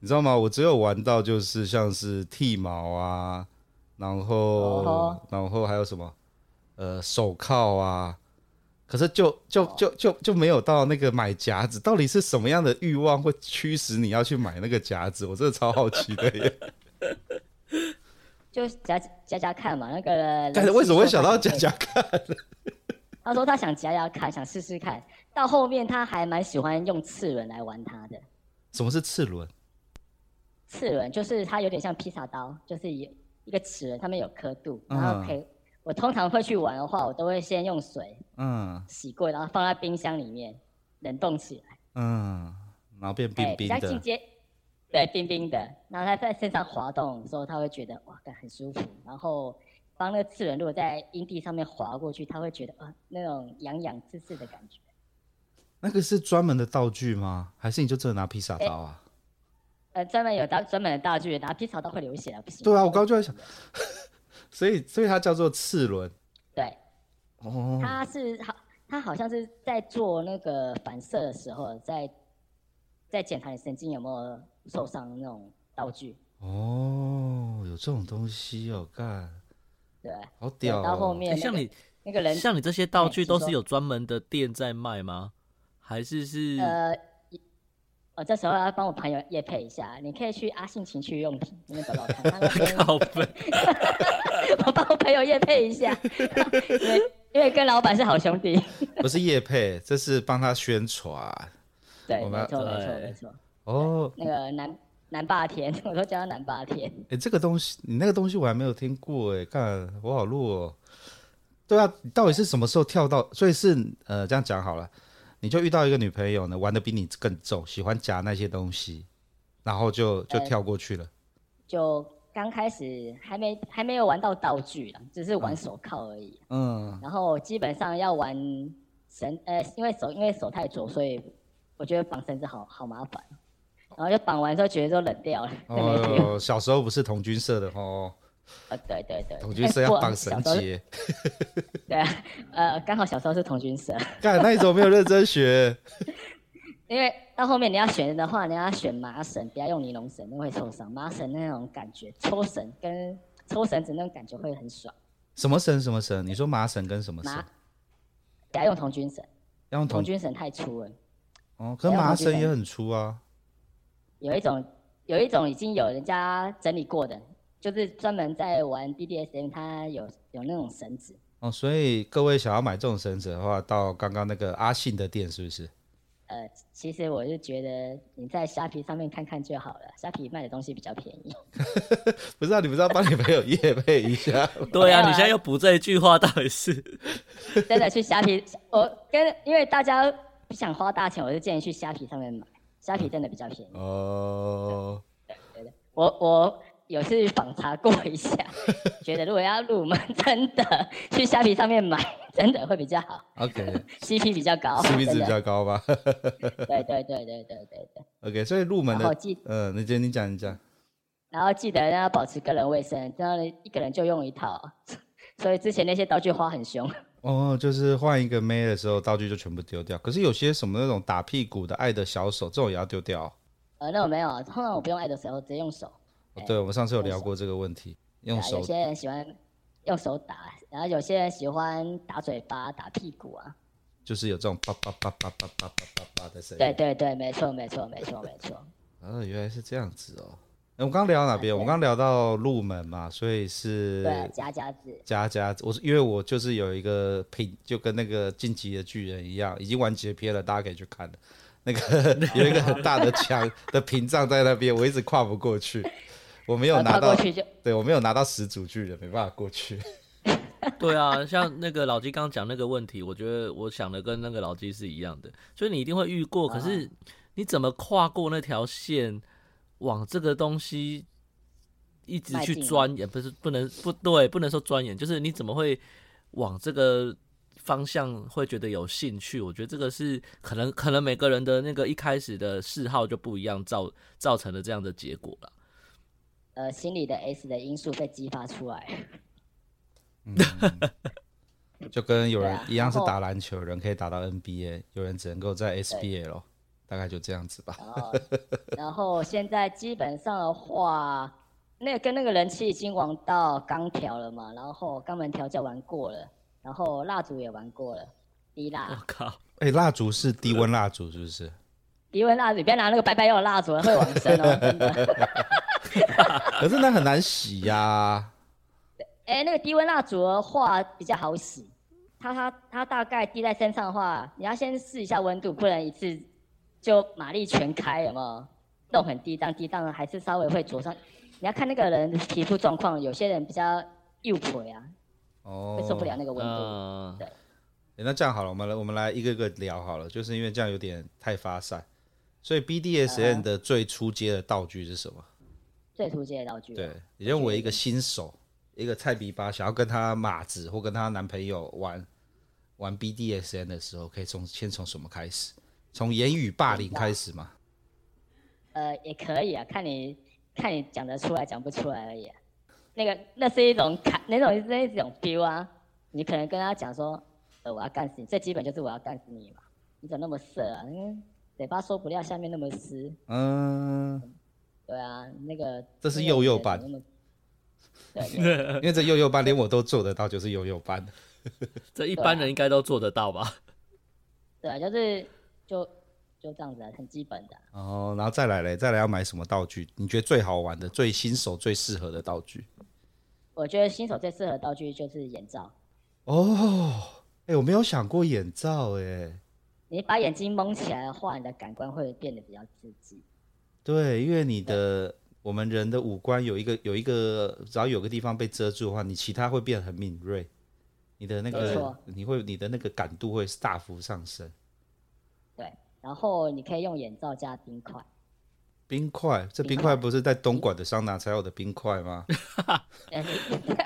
[SPEAKER 1] 你知道吗？我只有玩到就是像是剃毛啊，然后、
[SPEAKER 3] 哦
[SPEAKER 1] 然后还有什么呃手铐啊，可是就就就就就没有到那个买夹子，到底是什么样的欲望会驱使你要去买那个夹子？我真的超好奇的耶！
[SPEAKER 3] 就夹夹夹看嘛，那个。
[SPEAKER 1] 但是为什么会想到夹？夹看？ *laughs*
[SPEAKER 3] 他说他想夹夹看，想试试看。到后面他还蛮喜欢用次轮来玩他的，
[SPEAKER 1] 什么是齿轮？
[SPEAKER 3] 次轮就是它有点像披萨刀，就是有一个齿轮，上面有刻度，
[SPEAKER 1] 嗯
[SPEAKER 3] 然后可以。我通常会去玩的话，我都会先用水
[SPEAKER 1] 嗯
[SPEAKER 3] 洗过，然后放在冰箱里面冷冻起来。
[SPEAKER 1] 嗯，然后变
[SPEAKER 3] 哎，
[SPEAKER 1] 冰冰
[SPEAKER 3] 比较进
[SPEAKER 1] 的，
[SPEAKER 3] 阶，对，冰冰的。然后它在身上滑动的时候，它会觉得哇，干很舒服。然后帮那个刺人，如果在阴蒂上面滑过去，它会觉得啊，那种痒痒刺刺的感觉。
[SPEAKER 1] 那个是专门的道具吗？还是你就真的拿披萨刀啊？
[SPEAKER 3] 呃，专门有道专门的道具，拿披草刀会流血啊，不行。
[SPEAKER 1] 对啊，我刚刚就在想， *laughs* 所以所以它叫做齿轮
[SPEAKER 3] 对，
[SPEAKER 4] 嗯
[SPEAKER 1] 哦。
[SPEAKER 3] 它是好，它好像是在做那个反射的时候，在在检查你神经有没有受伤那种道具。
[SPEAKER 1] 哦，有这种东西哦，干，
[SPEAKER 3] 对，
[SPEAKER 1] 好
[SPEAKER 3] 对
[SPEAKER 1] 屌、哦！
[SPEAKER 3] 到后面、 *laughs*
[SPEAKER 4] 哎
[SPEAKER 3] 那
[SPEAKER 4] 像
[SPEAKER 3] 个
[SPEAKER 4] 你
[SPEAKER 3] 那个人
[SPEAKER 4] 像你这些道具
[SPEAKER 3] 哎
[SPEAKER 4] 都
[SPEAKER 3] 你
[SPEAKER 4] 是
[SPEAKER 3] 说
[SPEAKER 4] 有专门的店在卖吗？还是是
[SPEAKER 3] 呃，我这时候要帮我朋友夜配一下，你可以去阿信情趣用品那边找找
[SPEAKER 4] *laughs*
[SPEAKER 3] 看。他那边
[SPEAKER 4] 靠背？
[SPEAKER 3] 我帮我朋友夜配一下，因为因为跟老板是好兄弟。
[SPEAKER 1] 不是叶配，这是帮他宣传
[SPEAKER 3] 对，
[SPEAKER 1] 我们
[SPEAKER 3] 没错
[SPEAKER 4] 要哎
[SPEAKER 3] 没错
[SPEAKER 4] 对
[SPEAKER 3] 没错。
[SPEAKER 1] 哦。
[SPEAKER 3] 那个南南霸天，我都叫他南霸天。
[SPEAKER 1] 哎、这个东西，你那个东西我还没有听过哎，干，我好弱哦。对啊，你到底是什么时候跳到？所以是呃，这样讲好了，你就遇到一个女朋友呢，玩的比你更重，喜欢夹那些东西，然后就就
[SPEAKER 3] 呃
[SPEAKER 1] 跳过去了。
[SPEAKER 3] 就刚开始还没还没有玩到道具啦，只是玩手铐而已。
[SPEAKER 1] 嗯，
[SPEAKER 3] 然后基本上要玩绳，呃，因为手因为手太拙，所以我觉得绑绳子好好麻烦。然后就绑完之后觉得都冷掉了，就没劲了
[SPEAKER 1] 哦，小时候不是童军社的哦，
[SPEAKER 3] 呃，对对对，
[SPEAKER 1] 童军社要绑绳
[SPEAKER 3] 哎小时候
[SPEAKER 1] 结，
[SPEAKER 3] 对啊，呃，刚好小时候是童军社，
[SPEAKER 1] 干，那你怎么没有认真学？
[SPEAKER 3] 因为到后面你要选的话，你要选麻绳，不要用尼龙绳，那会受伤。麻绳那种感觉，抽绳跟抽绳子那种感觉会很爽。
[SPEAKER 1] 什么绳？什么绳？你说麻绳跟什么绳？
[SPEAKER 3] 麻不要用童军绳，
[SPEAKER 1] 要用
[SPEAKER 3] 童
[SPEAKER 1] 童
[SPEAKER 3] 军绳太粗了。
[SPEAKER 1] 哦，可是
[SPEAKER 3] 不要
[SPEAKER 1] 麻
[SPEAKER 3] 同居
[SPEAKER 1] 绳
[SPEAKER 3] 绳
[SPEAKER 1] 也很粗啊。
[SPEAKER 3] 有一种有一种已经有人家整理过的，就是专门在玩 BDSM，它有有那种绳子。
[SPEAKER 1] 哦，所以各位想要买这种绳子的话，到刚刚那个阿信的店是不是？ *laughs*
[SPEAKER 3] 呃，其实我是觉得你在虾皮上面看看就好了，虾皮卖的东西比较便宜。
[SPEAKER 1] 不是啊，你不是要帮你朋友夜配一下吗？ *laughs*
[SPEAKER 4] 对
[SPEAKER 3] 没有
[SPEAKER 4] 啊，
[SPEAKER 3] 啊
[SPEAKER 4] 你现在又补这一句话，到底是
[SPEAKER 3] 真的去虾皮，我跟因为大家不想花大钱，我就建议去
[SPEAKER 1] 嗯
[SPEAKER 3] 虾皮上面买，虾皮真的比较便宜。
[SPEAKER 1] 哦，
[SPEAKER 3] 我我有去访查过一下，觉得如果要入门，真的去虾皮上面买，真的会比较好 *laughs*
[SPEAKER 1] OK，
[SPEAKER 3] ，CP 比较高
[SPEAKER 1] *laughs* 是不是
[SPEAKER 3] 真
[SPEAKER 1] 比
[SPEAKER 3] 的
[SPEAKER 1] 较高吧 *laughs*
[SPEAKER 3] 对对对对对对对。
[SPEAKER 1] ？OK，所以入门
[SPEAKER 3] 然后
[SPEAKER 1] 的，
[SPEAKER 3] 记，
[SPEAKER 1] 呃，你觉得你讲一讲，
[SPEAKER 3] 然后记得要保持个人卫生，这样一个人就用一套。 *laughs* 所以之前那些道具花很凶， *laughs*
[SPEAKER 1] 哦，就是换一个妹的时候，道具就全部丢掉。可是有些什么那种打屁股的、爱的小手，这种也要丢掉哦、
[SPEAKER 3] 呃，那我没有，通常我不用爱的时候直接用手。
[SPEAKER 1] 哦
[SPEAKER 3] 哎
[SPEAKER 1] 对，我们上次有
[SPEAKER 3] 用
[SPEAKER 1] 聊
[SPEAKER 3] 手
[SPEAKER 1] 过这个问题，
[SPEAKER 3] 对
[SPEAKER 1] 用
[SPEAKER 3] 啊
[SPEAKER 1] 手
[SPEAKER 3] 有些人喜欢用手打，然后有些人喜欢打嘴巴、打屁股啊。
[SPEAKER 1] 就是有这种叭叭叭叭叭叭叭叭叭的声音。
[SPEAKER 3] 对对对，没错没错没错没
[SPEAKER 1] *laughs*
[SPEAKER 3] 错。
[SPEAKER 1] 啊，原来是这样子哦。哎，我刚聊到哪边？我刚聊到入门嘛，所以是
[SPEAKER 3] 对啊，夹夹子。
[SPEAKER 1] 加加。我是因为我就是有一个品，就跟那个晋级的巨人一样，已经完结篇了，大家可以去看的。那个
[SPEAKER 3] *laughs*
[SPEAKER 1] 有一个很大的墙的屏障在那边，我一直跨不过去。我没有
[SPEAKER 3] 呃
[SPEAKER 1] 拿
[SPEAKER 3] 跨
[SPEAKER 1] 到
[SPEAKER 3] 过，去就
[SPEAKER 1] 对我没有拿到始祖巨人，没办法过去。
[SPEAKER 4] 对啊，像那个老鸡刚讲那个问题，我觉得我想的跟那个老鸡是一样的，就是你一定会遇过，可
[SPEAKER 3] 嗯
[SPEAKER 4] 是你怎么跨过那条线，往这个东西一直
[SPEAKER 3] 迈
[SPEAKER 4] 去
[SPEAKER 3] 进吗
[SPEAKER 4] 钻研，不是不能不对，不能说钻研，就是你怎么会往这个方向会觉得有兴趣？我觉得这个是可能可能每个人的那个一开始的嗜好就不一样，造造成了这样的结果了。
[SPEAKER 3] 呃心里的 S 的因素被激发出来。
[SPEAKER 1] 就跟有人
[SPEAKER 3] 对啊
[SPEAKER 1] 一样是
[SPEAKER 3] 然后
[SPEAKER 1] 打篮球，有人可以打到 NBA，有人只能够在 SBL，大概就这样子吧。
[SPEAKER 3] 然后，然后现在基本上的话，那跟那个人气已经玩到钢条了嘛，然后肛门调教玩过了，然后蜡烛也玩过了，低
[SPEAKER 4] 我、
[SPEAKER 3] 蜡、
[SPEAKER 4] 靠，
[SPEAKER 1] 哎、蜡烛是低温蜡烛是不是？
[SPEAKER 3] 低温蜡烛，你不要拿那个白白用的蜡烛，会往生哦，真的。
[SPEAKER 1] 可是那很难洗呀、
[SPEAKER 3] 哎，那个低温蜡烛的话比较好洗，它它它大概滴在身上的话，你要先试一下温度，不能一次就马力全开，有没有？弄很低档，低档还是稍微会灼伤。你要看那个人的皮肤状况，有些人比较幼腿啊，
[SPEAKER 1] 哦
[SPEAKER 3] 会，受不了那个温度。
[SPEAKER 2] 哦
[SPEAKER 4] 呃，
[SPEAKER 1] 诶那这样好了，我们来我们来一个个聊好了，就是因为这样有点太发散。所以
[SPEAKER 3] 呃
[SPEAKER 1] BDSN 的最初阶的道具是什么？
[SPEAKER 3] 最初阶的道具啊，
[SPEAKER 1] 对，也认为一个新手，一个菜逼吧，想要跟她马子或跟她男朋友玩玩 BDSN 的时候，可以从先从什么开始？从言语霸
[SPEAKER 3] 啊
[SPEAKER 1] 凌开始嘛？
[SPEAKER 3] 呃，也可以啊，看你看你讲得出来讲不出来而已啊、那个那是一种卡，那种那一种 feel 啊，你可能跟他讲说，呃，我要干死你，最基本就是我要干死你嘛，你怎么那么色啊？嗯，嘴巴说不掉，下面那么湿，
[SPEAKER 1] 嗯，
[SPEAKER 3] 对啊，那个
[SPEAKER 1] 这是
[SPEAKER 3] 那个
[SPEAKER 1] 幼幼
[SPEAKER 3] 人
[SPEAKER 1] 版
[SPEAKER 3] 怎么那么对，
[SPEAKER 1] 因为这幼幼班连我都做得到，就是幼幼班。
[SPEAKER 4] 这一
[SPEAKER 3] 啊
[SPEAKER 4] 般人应该都做得到
[SPEAKER 3] *laughs*
[SPEAKER 4] 吧？
[SPEAKER 3] 对啊，就是就就这样子啊，很基本的啊、
[SPEAKER 1] 哦，然后再来嘞，再来要买什么道具？你觉得最好玩的、最新手、最适合的道具？
[SPEAKER 3] 我觉得新手最适合的道具就是眼罩，
[SPEAKER 1] 哦，哎、我没有想过眼罩、哎，
[SPEAKER 3] 你把眼睛蒙起来的话，你的感官会变得比较刺激。
[SPEAKER 1] 对，因为你的我们人的五官有一个有一个，只要有个地方被遮住的话，你其他会变得很敏锐，你的那
[SPEAKER 3] 没
[SPEAKER 1] 个
[SPEAKER 3] 错
[SPEAKER 1] 你会你的那个感度会大幅上升。
[SPEAKER 3] 对，然后你可以用眼罩加
[SPEAKER 1] *laughs*
[SPEAKER 3] 冰块，
[SPEAKER 1] 冰块，这冰
[SPEAKER 3] 冰
[SPEAKER 1] 块不是在东莞的桑拿才有的冰块吗？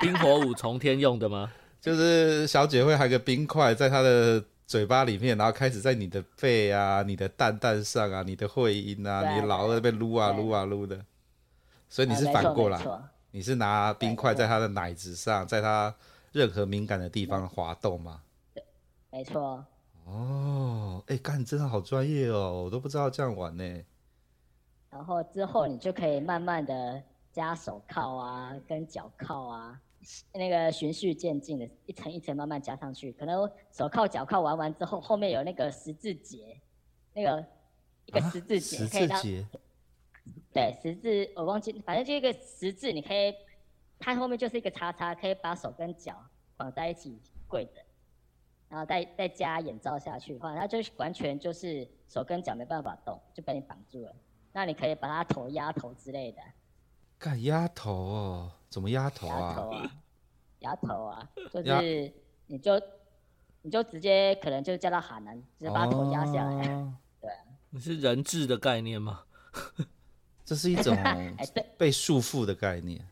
[SPEAKER 4] 冰火五重天用的吗？
[SPEAKER 1] 就是小姐会含个冰块在她的嘴巴里面，然后开始在你的背啊、你的蛋蛋上啊、你的会阴啊、
[SPEAKER 3] 对
[SPEAKER 1] 你老在那边撸啊
[SPEAKER 3] 对
[SPEAKER 1] 撸啊撸的。所以你
[SPEAKER 3] 呃
[SPEAKER 1] 是
[SPEAKER 3] 没
[SPEAKER 1] 反
[SPEAKER 3] 错
[SPEAKER 1] 过
[SPEAKER 3] 没
[SPEAKER 1] 来，
[SPEAKER 3] 错
[SPEAKER 1] 你是拿冰块在她的奶子上，在她任何敏感的地方滑动吗？
[SPEAKER 3] 没错，
[SPEAKER 1] 哦，哎、干，你真的好专业哦，我都不知道这样玩呢。
[SPEAKER 3] 然后之后你就可以慢慢的加手铐啊，跟脚铐啊，那个循序渐进的，一层一层慢慢加上去。可能手铐、脚铐玩完之后，后面有那个十字结，那个一个十字结、
[SPEAKER 1] 啊十
[SPEAKER 3] 可
[SPEAKER 1] 字
[SPEAKER 3] 以让
[SPEAKER 1] 结，
[SPEAKER 3] 对
[SPEAKER 1] 嗯
[SPEAKER 3] 十字，我忘记，反正就一个十字，你可以它后面就是一个叉叉，可以把手跟脚绑在一起跪着，然后再再加眼罩下去的话，它就是完全就是手跟脚没办法动，就被你绑住了。那你可以把它头压头之类的，
[SPEAKER 1] 干压头哦，怎么压头
[SPEAKER 3] 压头
[SPEAKER 1] 啊？
[SPEAKER 3] 啊，压头啊，就
[SPEAKER 1] 压
[SPEAKER 3] 是你就你就直接可能就叫他喊 *laughs* 男，直接把他头压下来。
[SPEAKER 1] 哦
[SPEAKER 4] 你是人质的概念吗？
[SPEAKER 1] 这是一
[SPEAKER 3] *laughs*
[SPEAKER 1] 种
[SPEAKER 3] 哎对
[SPEAKER 1] 被束缚的概念。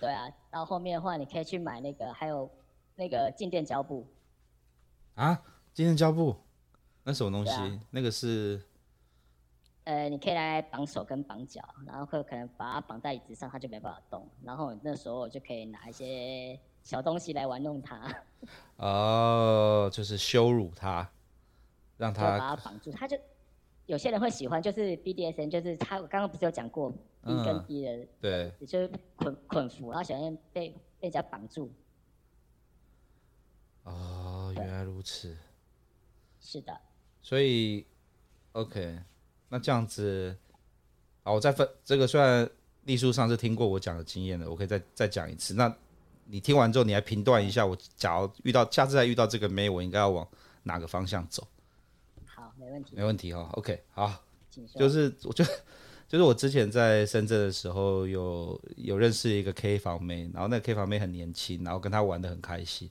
[SPEAKER 3] 对啊，到后面的话，你可以去买那个，还有那个静电胶布，
[SPEAKER 1] 啊，今天胶布那什么东西？
[SPEAKER 3] 对啊
[SPEAKER 1] 那个是
[SPEAKER 3] 呃，你可以拿来绑手跟绑脚，然后会可能把它绑在椅子上，它就没办法动。然后你那时候就可以拿一些小东西来玩弄它，
[SPEAKER 1] 哦，就是羞辱他，让
[SPEAKER 3] 就把它
[SPEAKER 1] 他
[SPEAKER 3] 绑住。它就有些人会喜欢，就是 BDSN，就是他我刚刚不是有讲过一
[SPEAKER 1] 嗯
[SPEAKER 3] 跟一的，
[SPEAKER 1] 对
[SPEAKER 3] 也就是捆捆缚，然后喜欢被被人家绑住。
[SPEAKER 1] 哦，原来如此。
[SPEAKER 3] 是的，
[SPEAKER 1] 所以，OK，那这样子，啊，我再分这个虽然丽书上次听过我讲的经验了，我可以再再讲一次。那你听完之后，你来评断一下，
[SPEAKER 3] 嗯
[SPEAKER 1] 我假如遇到下次再遇到这个妹，我应该要往哪个方向走？
[SPEAKER 3] 好，没问题
[SPEAKER 1] 没，问题哈、哦。OK，好，
[SPEAKER 3] 请说。
[SPEAKER 1] 就是我就就是我之前在深圳的时候有有认识一个 K 房妹，然后那个 K 房妹很年轻，然后跟她玩的很开心。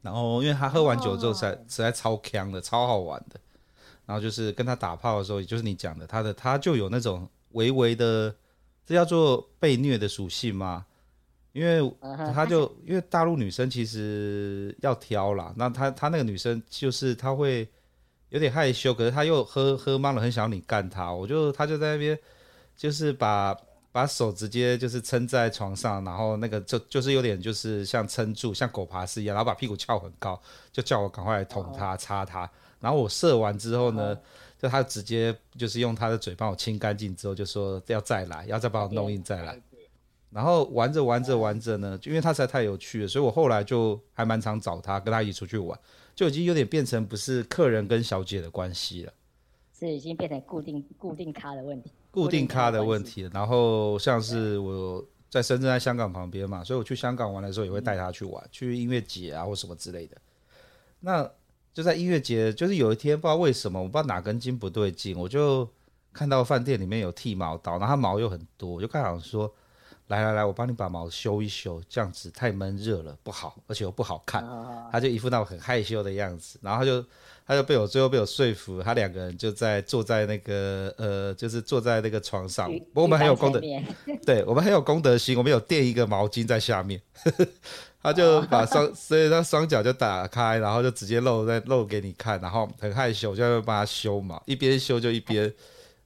[SPEAKER 1] 然后因为她喝完酒之后实在实在超强的，超好玩的。然后就是跟她打炮的时候，也就是你讲的，她的她就有那种微微的，这叫做被虐的属性吗？因为
[SPEAKER 3] 嗯哼
[SPEAKER 1] 她就因为大陆女生其实要挑啦，那她她那个女生就是她会有点害羞，可是她又喝喝懵了，很想要你干她，我就她就在那边就是把把手直接就是撑在床上，然后那个就就是有点就是像撑住，像狗爬式一样，然后把屁股翘很高，就叫我赶快来捅
[SPEAKER 3] 哦
[SPEAKER 1] 她插她，然后我射完之后呢。就她直接就是用她的嘴帮我清干净之后，就说要再来，要再把我弄硬再来。然后玩着玩着玩着呢，就因为他实在太有趣了，所以我后来就还蛮常找他，跟他一起出去玩，就已经有点变成不是客人跟小姐的关系了，
[SPEAKER 3] 是已经变成固定固定咖的问题，
[SPEAKER 1] 固定咖的问
[SPEAKER 3] 关系。
[SPEAKER 1] 题了。然后像是我在深圳、在香港旁边嘛，所以我去香港玩的时候也会带他去玩，去音乐节啊或什么之类的。那就在音乐节，就是有一天不知道为什么，我不知道哪根筋不对劲，我就看到饭店里面有剃毛刀，然后它毛又很多，我就看好说，来来来，我帮你把毛修一修，这样子太闷热了，不好，而且又不好看。
[SPEAKER 3] 啊
[SPEAKER 1] 他就一副那种很害羞的样子，然后他就他就被我最后被我说服，他两个人就在坐在那个呃，就是坐在那个床上
[SPEAKER 3] 浴，
[SPEAKER 1] 不过我们很有
[SPEAKER 3] 浴缸
[SPEAKER 1] 功德
[SPEAKER 3] 前，面
[SPEAKER 1] 对我们很有公德心，我们有垫一个毛巾在下面， *laughs* 他就
[SPEAKER 3] 哦
[SPEAKER 1] 把双，所以他双脚就打开，然后就直接露在露给你看，然后很害羞，就要帮他修毛，一边修就一边，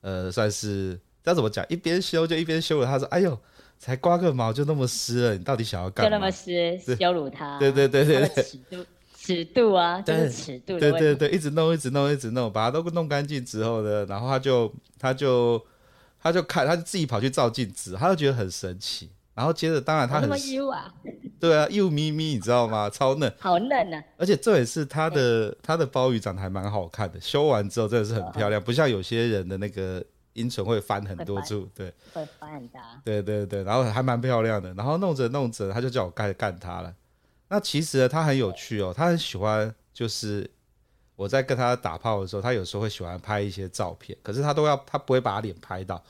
[SPEAKER 1] 呃，算是要怎么讲，一边修就一边修了。他说：“哎呦，才刮个毛就那么湿了，你到底想要
[SPEAKER 3] 就
[SPEAKER 1] 干
[SPEAKER 3] 那
[SPEAKER 1] 嘛
[SPEAKER 3] 么湿，羞辱他。
[SPEAKER 1] 对对对对
[SPEAKER 3] 他的尺度尺度啊，就
[SPEAKER 1] 对
[SPEAKER 3] 是尺度
[SPEAKER 1] 对
[SPEAKER 3] 的
[SPEAKER 1] 对
[SPEAKER 3] 问题。
[SPEAKER 1] 对，一直弄一直弄一直弄，把它都弄干净之后呢，然后他就他就他就看，他就自己跑去照镜子，他就觉得很神奇。然后接着，当然他
[SPEAKER 3] 怎么那
[SPEAKER 1] 很
[SPEAKER 3] 么 U 啊，
[SPEAKER 1] 对啊，又咪咪，你知道 *laughs* 吗？超嫩，
[SPEAKER 3] 好嫩啊！
[SPEAKER 1] 而且重点是它的它的鲍鱼长得还蛮好看的，修完之后真的是很漂亮，不像有些人的那个阴唇会翻很多处，对
[SPEAKER 3] 会翻很大，
[SPEAKER 1] 对对对，然后还蛮漂亮的。然后弄着弄着，他就叫我干干他了。那其实呢，他很有趣哦，他很喜欢，就是我在跟他打炮的时候，他有时候会喜欢拍一些照片，可是他都要他不会把他脸拍到。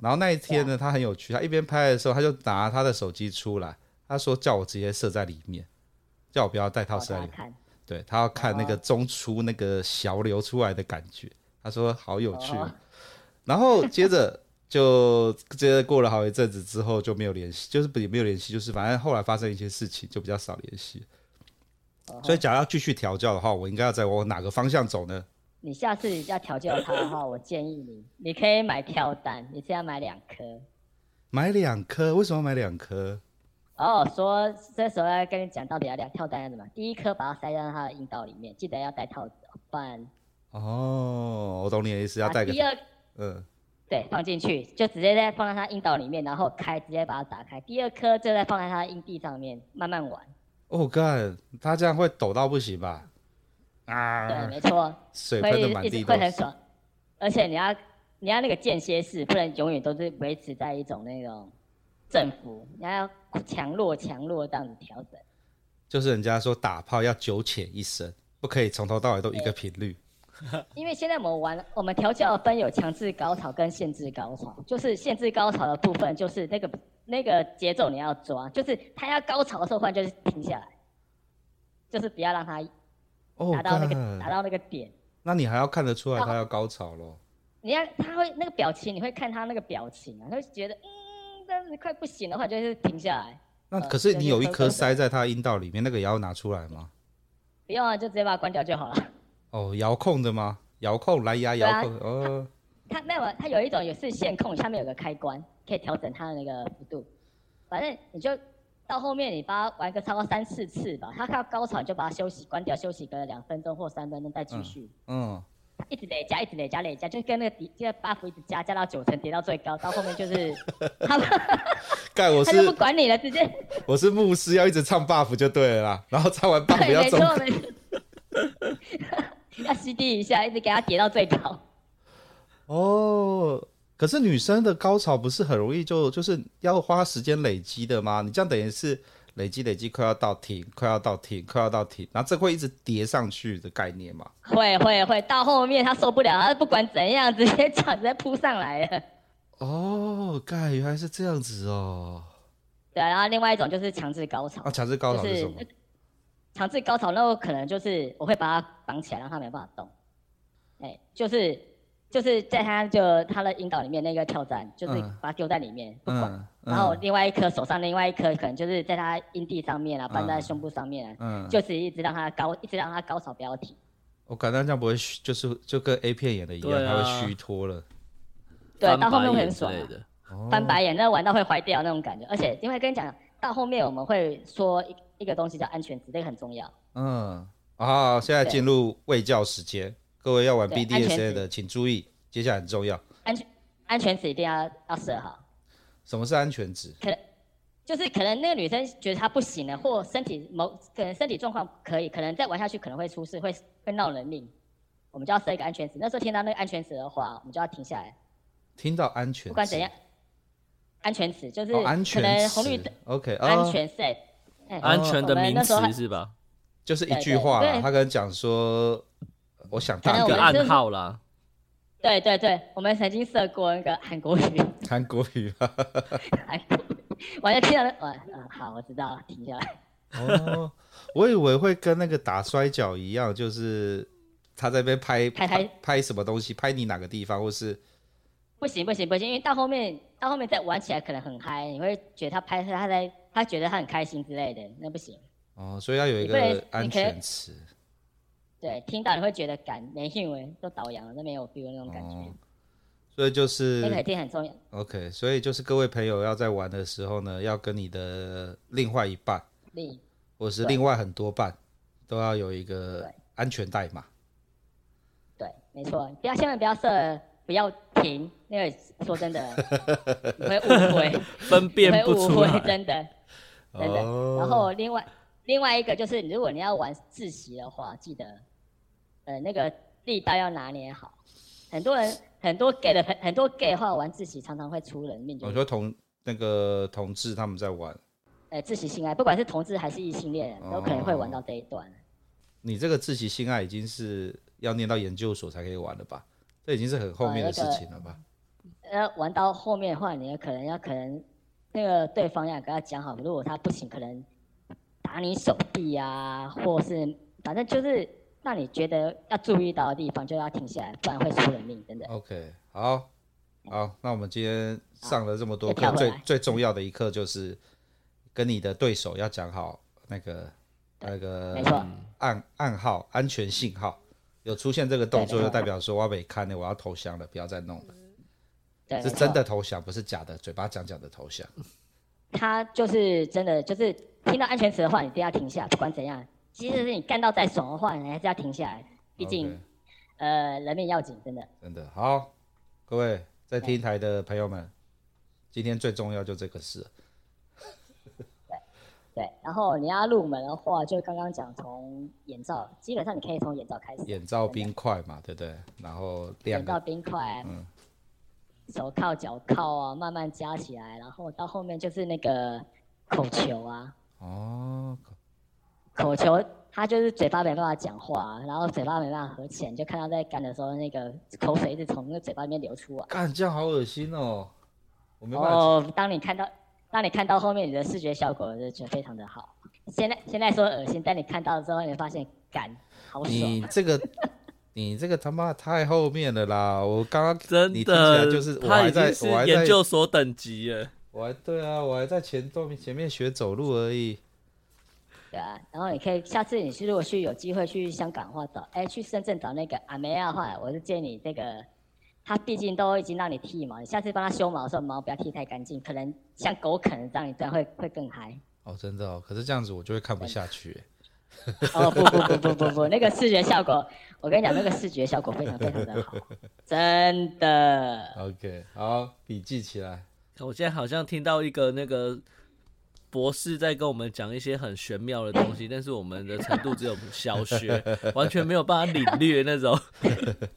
[SPEAKER 1] 然后那一天呢，他很有趣，他一边拍的时候，他就拿他的手机出来，他说叫我直接射在里面，叫我不要带套
[SPEAKER 3] 好
[SPEAKER 1] 射在
[SPEAKER 3] 大
[SPEAKER 1] 里
[SPEAKER 3] 家
[SPEAKER 1] 面。
[SPEAKER 3] 看。
[SPEAKER 1] 对他要看那个中出那个小流出来的感觉，他说好有趣。
[SPEAKER 3] 哦
[SPEAKER 1] 然后接着就接着过了好一阵子之后就没有联系，就是不也没有联系，就是反正后来发生一些事情就比较少联系。
[SPEAKER 3] 哦
[SPEAKER 1] 所以，假如要继续调教的话，我应该要再往哪个方向走呢？
[SPEAKER 3] 你下次要调教它的话，我建议你，你可以买跳蛋，你现在买两颗。
[SPEAKER 1] 买两颗？为什么要买两颗？
[SPEAKER 3] 哦，说这时候要跟你讲到底要两跳蛋要怎么样，第一颗把它塞到它的阴道里面，记得要戴套子哦，不然
[SPEAKER 1] 哦，我懂你的意思，要
[SPEAKER 3] 把
[SPEAKER 1] 带个
[SPEAKER 3] 第二
[SPEAKER 1] 嗯，
[SPEAKER 3] 对，放进去就直接再放在它阴道里面，然后开，直接把它打开。第二颗就再放在它的阴蒂上面，慢慢玩。
[SPEAKER 1] 哦干，他这样会抖到不行吧？
[SPEAKER 3] 对，
[SPEAKER 1] 啊，
[SPEAKER 3] 没错，
[SPEAKER 1] 水
[SPEAKER 3] 会
[SPEAKER 1] 喷的
[SPEAKER 3] 一
[SPEAKER 1] 满
[SPEAKER 3] 直
[SPEAKER 1] 地都
[SPEAKER 3] 会很
[SPEAKER 1] 是。
[SPEAKER 3] 爽，而且你要你要那个间歇式，不能永远都是维持在一种那种振幅，你要强弱强弱这样子调整。
[SPEAKER 1] 就是人家说打炮要九浅一深，不可以从头到尾都一个频率。
[SPEAKER 3] 因为现在我们玩，我们调教分有强制高潮跟限制高潮，就是限制高潮的部分，就是那个那个节奏你要抓，就是他要高潮的时候，忽然就是停下来，就是不要让他
[SPEAKER 1] 哦，
[SPEAKER 3] 达到那个、
[SPEAKER 1] 干
[SPEAKER 3] 达到那个点。
[SPEAKER 1] 那你还要看得出来
[SPEAKER 3] 到
[SPEAKER 1] 他要高潮咯。
[SPEAKER 3] 你看他会那个表情，你会看他那个表情啊，他会觉得嗯，但是快不行的话，就是停下来，
[SPEAKER 1] 那
[SPEAKER 3] 呃
[SPEAKER 1] 可是
[SPEAKER 3] 就
[SPEAKER 1] 你
[SPEAKER 3] 是
[SPEAKER 1] 有一
[SPEAKER 3] 喝
[SPEAKER 1] 颗
[SPEAKER 3] 口水
[SPEAKER 1] 塞在他阴道里面，那个也要拿出来吗？
[SPEAKER 3] 不用啊，就直接把它关掉就好了。 *laughs*
[SPEAKER 1] 哦，遥控的吗？遥控蓝牙
[SPEAKER 3] 对啊
[SPEAKER 1] 遥控，哦，
[SPEAKER 3] 它没有，它有一种也是线控，下面有个开关，可以调整它的那个幅度。反正你就到后面，你把它玩个超过三四次吧，它到高潮你就把它休息关掉，休息个两分钟或三分钟再继续，
[SPEAKER 1] 嗯，
[SPEAKER 3] 一直累加，一直累加，累加，就跟那个底这个 buff 一直加，加到九层，叠到最高，到后面就是它
[SPEAKER 1] 盖我
[SPEAKER 3] 它就是不管你了，直接
[SPEAKER 1] 我是牧师，要一直唱 buff 就对了啦，然后唱完 buff
[SPEAKER 3] 对，
[SPEAKER 1] 要
[SPEAKER 3] 没
[SPEAKER 1] 中
[SPEAKER 3] 错，没错， *laughs* 要 CD 一下，一直给它叠到最高。
[SPEAKER 1] 哦。可是女生的高潮不是很容易就就是要花时间累积的吗？你这样等于是累积累积，快要到停，快要到停，快要到停，然后这会一直叠上去的概念嘛？
[SPEAKER 3] 会会会，到后面他受不了，他不管怎样，直接抢直接扑上来了。
[SPEAKER 1] 哦，盖原来是这样子哦。
[SPEAKER 3] 对啊，然后另外一种就是强制高潮
[SPEAKER 1] 啊，，强制高潮
[SPEAKER 3] 就是是
[SPEAKER 1] 什么？
[SPEAKER 3] 强制高潮那我可能就是我会把它绑起来，让它没办法动。哎、就是就是在它就它的阴道里面那个跳蛋，就是
[SPEAKER 1] 嗯
[SPEAKER 3] 把它丢在里面、不管。
[SPEAKER 1] 嗯，
[SPEAKER 3] 然后
[SPEAKER 1] 嗯
[SPEAKER 3] 另外一颗手上另外一颗可能就是在它阴蒂上面啊，
[SPEAKER 1] 嗯
[SPEAKER 3] bandai 在胸部上面啊，
[SPEAKER 1] 嗯，
[SPEAKER 3] 就是一直让它高，一直让它高潮不要停。
[SPEAKER 1] 我感觉这样不会虚，就是就跟 A 片演的一样，
[SPEAKER 4] 对
[SPEAKER 1] 它
[SPEAKER 4] 啊
[SPEAKER 1] 会虚脱了。
[SPEAKER 3] 对，
[SPEAKER 4] 翻
[SPEAKER 3] 到后面
[SPEAKER 4] 白
[SPEAKER 3] 会
[SPEAKER 4] 眼
[SPEAKER 3] 很
[SPEAKER 4] 之
[SPEAKER 3] 爽、
[SPEAKER 4] 类
[SPEAKER 3] 啊。
[SPEAKER 4] 的。
[SPEAKER 1] 哦
[SPEAKER 3] 翻白眼，那玩到会坏掉那种感觉。而且因为跟你讲，到后面我们会说一一个东西叫安全值，这个很重要。
[SPEAKER 1] 嗯，啊，现在进入卫教时间，各位要玩
[SPEAKER 3] 对安全
[SPEAKER 1] BDSA
[SPEAKER 3] 值
[SPEAKER 1] 的，请注意，接下来很重要，
[SPEAKER 3] 安全安全值一定要要设好，
[SPEAKER 1] 什么是安全值？
[SPEAKER 3] 就是可能那个女生觉得她不行了，或身体某可能身体状况可以，可能再玩下去可能会出事，会会闹人命。我们就要设一个安全值。那时候听到那个安全值的话，我们就要停下来，
[SPEAKER 1] 听到安全，
[SPEAKER 3] 不管怎样，，安全值就是
[SPEAKER 1] 哦，安
[SPEAKER 3] 可能
[SPEAKER 1] 全
[SPEAKER 3] 红绿灯
[SPEAKER 1] 词，OK，啊
[SPEAKER 3] 安全 set，哎、
[SPEAKER 4] 安全的
[SPEAKER 3] 我们
[SPEAKER 4] 名
[SPEAKER 3] 那时候还
[SPEAKER 4] 词是吧？
[SPEAKER 1] 就是一
[SPEAKER 3] 对
[SPEAKER 1] 句
[SPEAKER 3] 对
[SPEAKER 1] 话啦，
[SPEAKER 3] 对
[SPEAKER 1] 他跟你讲说，我想
[SPEAKER 3] 可
[SPEAKER 1] 大
[SPEAKER 3] 能
[SPEAKER 4] 一
[SPEAKER 3] 我
[SPEAKER 4] 个
[SPEAKER 3] 们
[SPEAKER 1] 概
[SPEAKER 3] 这
[SPEAKER 4] 暗号啦，
[SPEAKER 3] 对对对，我们曾经设过那个韩国语。
[SPEAKER 1] 韩国语啊，
[SPEAKER 3] 哎， *laughs* 我就听到了，我嗯好，我知道了，停下来。 *laughs*
[SPEAKER 1] 哦，我以为会跟那个打摔跤一样，就是他在那边拍
[SPEAKER 3] 拍拍
[SPEAKER 1] 拍什么东西，拍你哪个地方，或是
[SPEAKER 3] 不行不行不行，因为到后面到后面再玩起来可能很嗨，你会觉得他拍他在他觉得他很开心之类的，那不行。
[SPEAKER 1] 哦，所以要有一
[SPEAKER 3] 你不能
[SPEAKER 1] 个安
[SPEAKER 3] 你可以
[SPEAKER 1] 全词。
[SPEAKER 3] 对，听到你会觉得感没兴味，都倒洋了，那没有 feel 那种感觉，
[SPEAKER 1] 哦所以就是
[SPEAKER 3] 那个一定很重要。
[SPEAKER 1] OK，所以就是各位朋友要在玩的时候呢，要跟你的另外一半，
[SPEAKER 3] 力
[SPEAKER 1] 或是
[SPEAKER 3] 对
[SPEAKER 1] 另外很多伴，都要有一个
[SPEAKER 3] 对
[SPEAKER 1] 安全带嘛。
[SPEAKER 3] 对，没错，不要千万不要设，不要停，那个说
[SPEAKER 4] *laughs*
[SPEAKER 3] 真的，你会误会，
[SPEAKER 4] 分
[SPEAKER 3] 你
[SPEAKER 4] 辨
[SPEAKER 3] 会
[SPEAKER 4] 不
[SPEAKER 3] 误
[SPEAKER 4] 出
[SPEAKER 3] 会， *laughs*
[SPEAKER 4] 来。
[SPEAKER 3] 真的。真的。然后另外另外一个就是，如果你要玩自习的话，记得呃那个力道要拿捏好。很多人很多 gay 的很很多 gay 的话玩自习常常会出人命，就
[SPEAKER 1] 我
[SPEAKER 3] 是
[SPEAKER 1] 哦说同那个同志他们在玩，
[SPEAKER 3] 呃自习性爱，不管是同志还是异性恋人，都可能会玩到这一段。
[SPEAKER 1] 你这个自习性爱已经是要念到研究所才可以玩了吧？这已经是很后面的事情了吧？
[SPEAKER 3] 呃，玩到后面的话，你也可能要可能那个对方要跟他讲好，如果他不行，可能打你手臂啊，或是反正就是让你觉得要注意到的地方，就要停下来，不然会出人命，真的。
[SPEAKER 1] OK，好，好，那我们今天上了这么多
[SPEAKER 3] 好
[SPEAKER 1] 课
[SPEAKER 3] 再，跳回
[SPEAKER 1] 最
[SPEAKER 3] 来
[SPEAKER 1] 最重要的一课就是跟你的对手要讲好那个那
[SPEAKER 3] 没错
[SPEAKER 1] 个暗暗号、安全信号。有出现这个动作，
[SPEAKER 3] 对没
[SPEAKER 1] 就
[SPEAKER 3] 错
[SPEAKER 1] 代表说我被看了，我要投降了，不要再弄了，
[SPEAKER 3] 对，
[SPEAKER 1] 是
[SPEAKER 3] 没
[SPEAKER 1] 真
[SPEAKER 3] 错
[SPEAKER 1] 的投降，不是假的，嘴巴讲讲的投降。
[SPEAKER 3] 他就是真的就是听到安全词的话，你一定要停下，不管怎样，即使是你干到再爽的话，你还是要停下来，毕竟
[SPEAKER 1] OK，
[SPEAKER 3] 呃人命要紧，真的。
[SPEAKER 1] 真的好，各位在听台的朋友们，今天最重要就这个事了。
[SPEAKER 3] 对，然后你要入门的话，就刚刚讲从眼罩，基本上你可以从眼罩开始，
[SPEAKER 1] 眼罩
[SPEAKER 3] 真的
[SPEAKER 1] 冰块嘛，对不对？然后两
[SPEAKER 3] 眼罩
[SPEAKER 1] 个
[SPEAKER 3] 冰块，啊
[SPEAKER 1] 嗯
[SPEAKER 3] 手铐、脚铐啊，慢慢加起来，然后到后面就是那个口球啊，
[SPEAKER 1] 哦，
[SPEAKER 3] 口球他就是嘴巴没办法讲话，啊然后嘴巴没办法合起来，你就看他在干的时候，那个口水一直从那个嘴巴里面流出啊来。
[SPEAKER 1] 干这样好恶心哦，我没办法。
[SPEAKER 3] 哦，当你看到，当你看到后面，你的视觉效果就觉得非常的好。哦现在现在说恶心，但你看到之后，你会发现感好爽。
[SPEAKER 1] 你这个，你这个他妈太后面了啦！我刚刚
[SPEAKER 4] 真
[SPEAKER 1] 你听起来
[SPEAKER 4] 的，
[SPEAKER 1] 就是我
[SPEAKER 4] 他
[SPEAKER 1] 还
[SPEAKER 4] 已
[SPEAKER 1] 在
[SPEAKER 4] 经，
[SPEAKER 1] 我
[SPEAKER 4] 是
[SPEAKER 1] 还在
[SPEAKER 4] 研究所等级了。
[SPEAKER 1] 我还对啊，我还在前段前面学走路而已。
[SPEAKER 3] 对啊，然后你可以下次你去如果去有机会去香港的话找，哎，去深圳找那个阿梅亚的话，我是建议你这个，他毕竟都已经让你剃毛，你下次帮他修毛的时候毛不要剃太干净，可能像狗啃这样，你这样会会更
[SPEAKER 1] *laughs*
[SPEAKER 3] 嗨。
[SPEAKER 1] 哦，真的哦，可是这样子我就会看不下去
[SPEAKER 3] *laughs*
[SPEAKER 1] 欸。
[SPEAKER 3] 哦不不不不不不，那个视觉效果，我跟你讲，那个视觉效果非常非常的好，真的。
[SPEAKER 1] OK，好，笔记起来。
[SPEAKER 4] 我现在好像听到一个那个博士在跟我们讲一些很玄妙的东西，但是我们的程度只有小
[SPEAKER 1] *laughs*
[SPEAKER 4] 学，完全没有办法领略那种。 *laughs*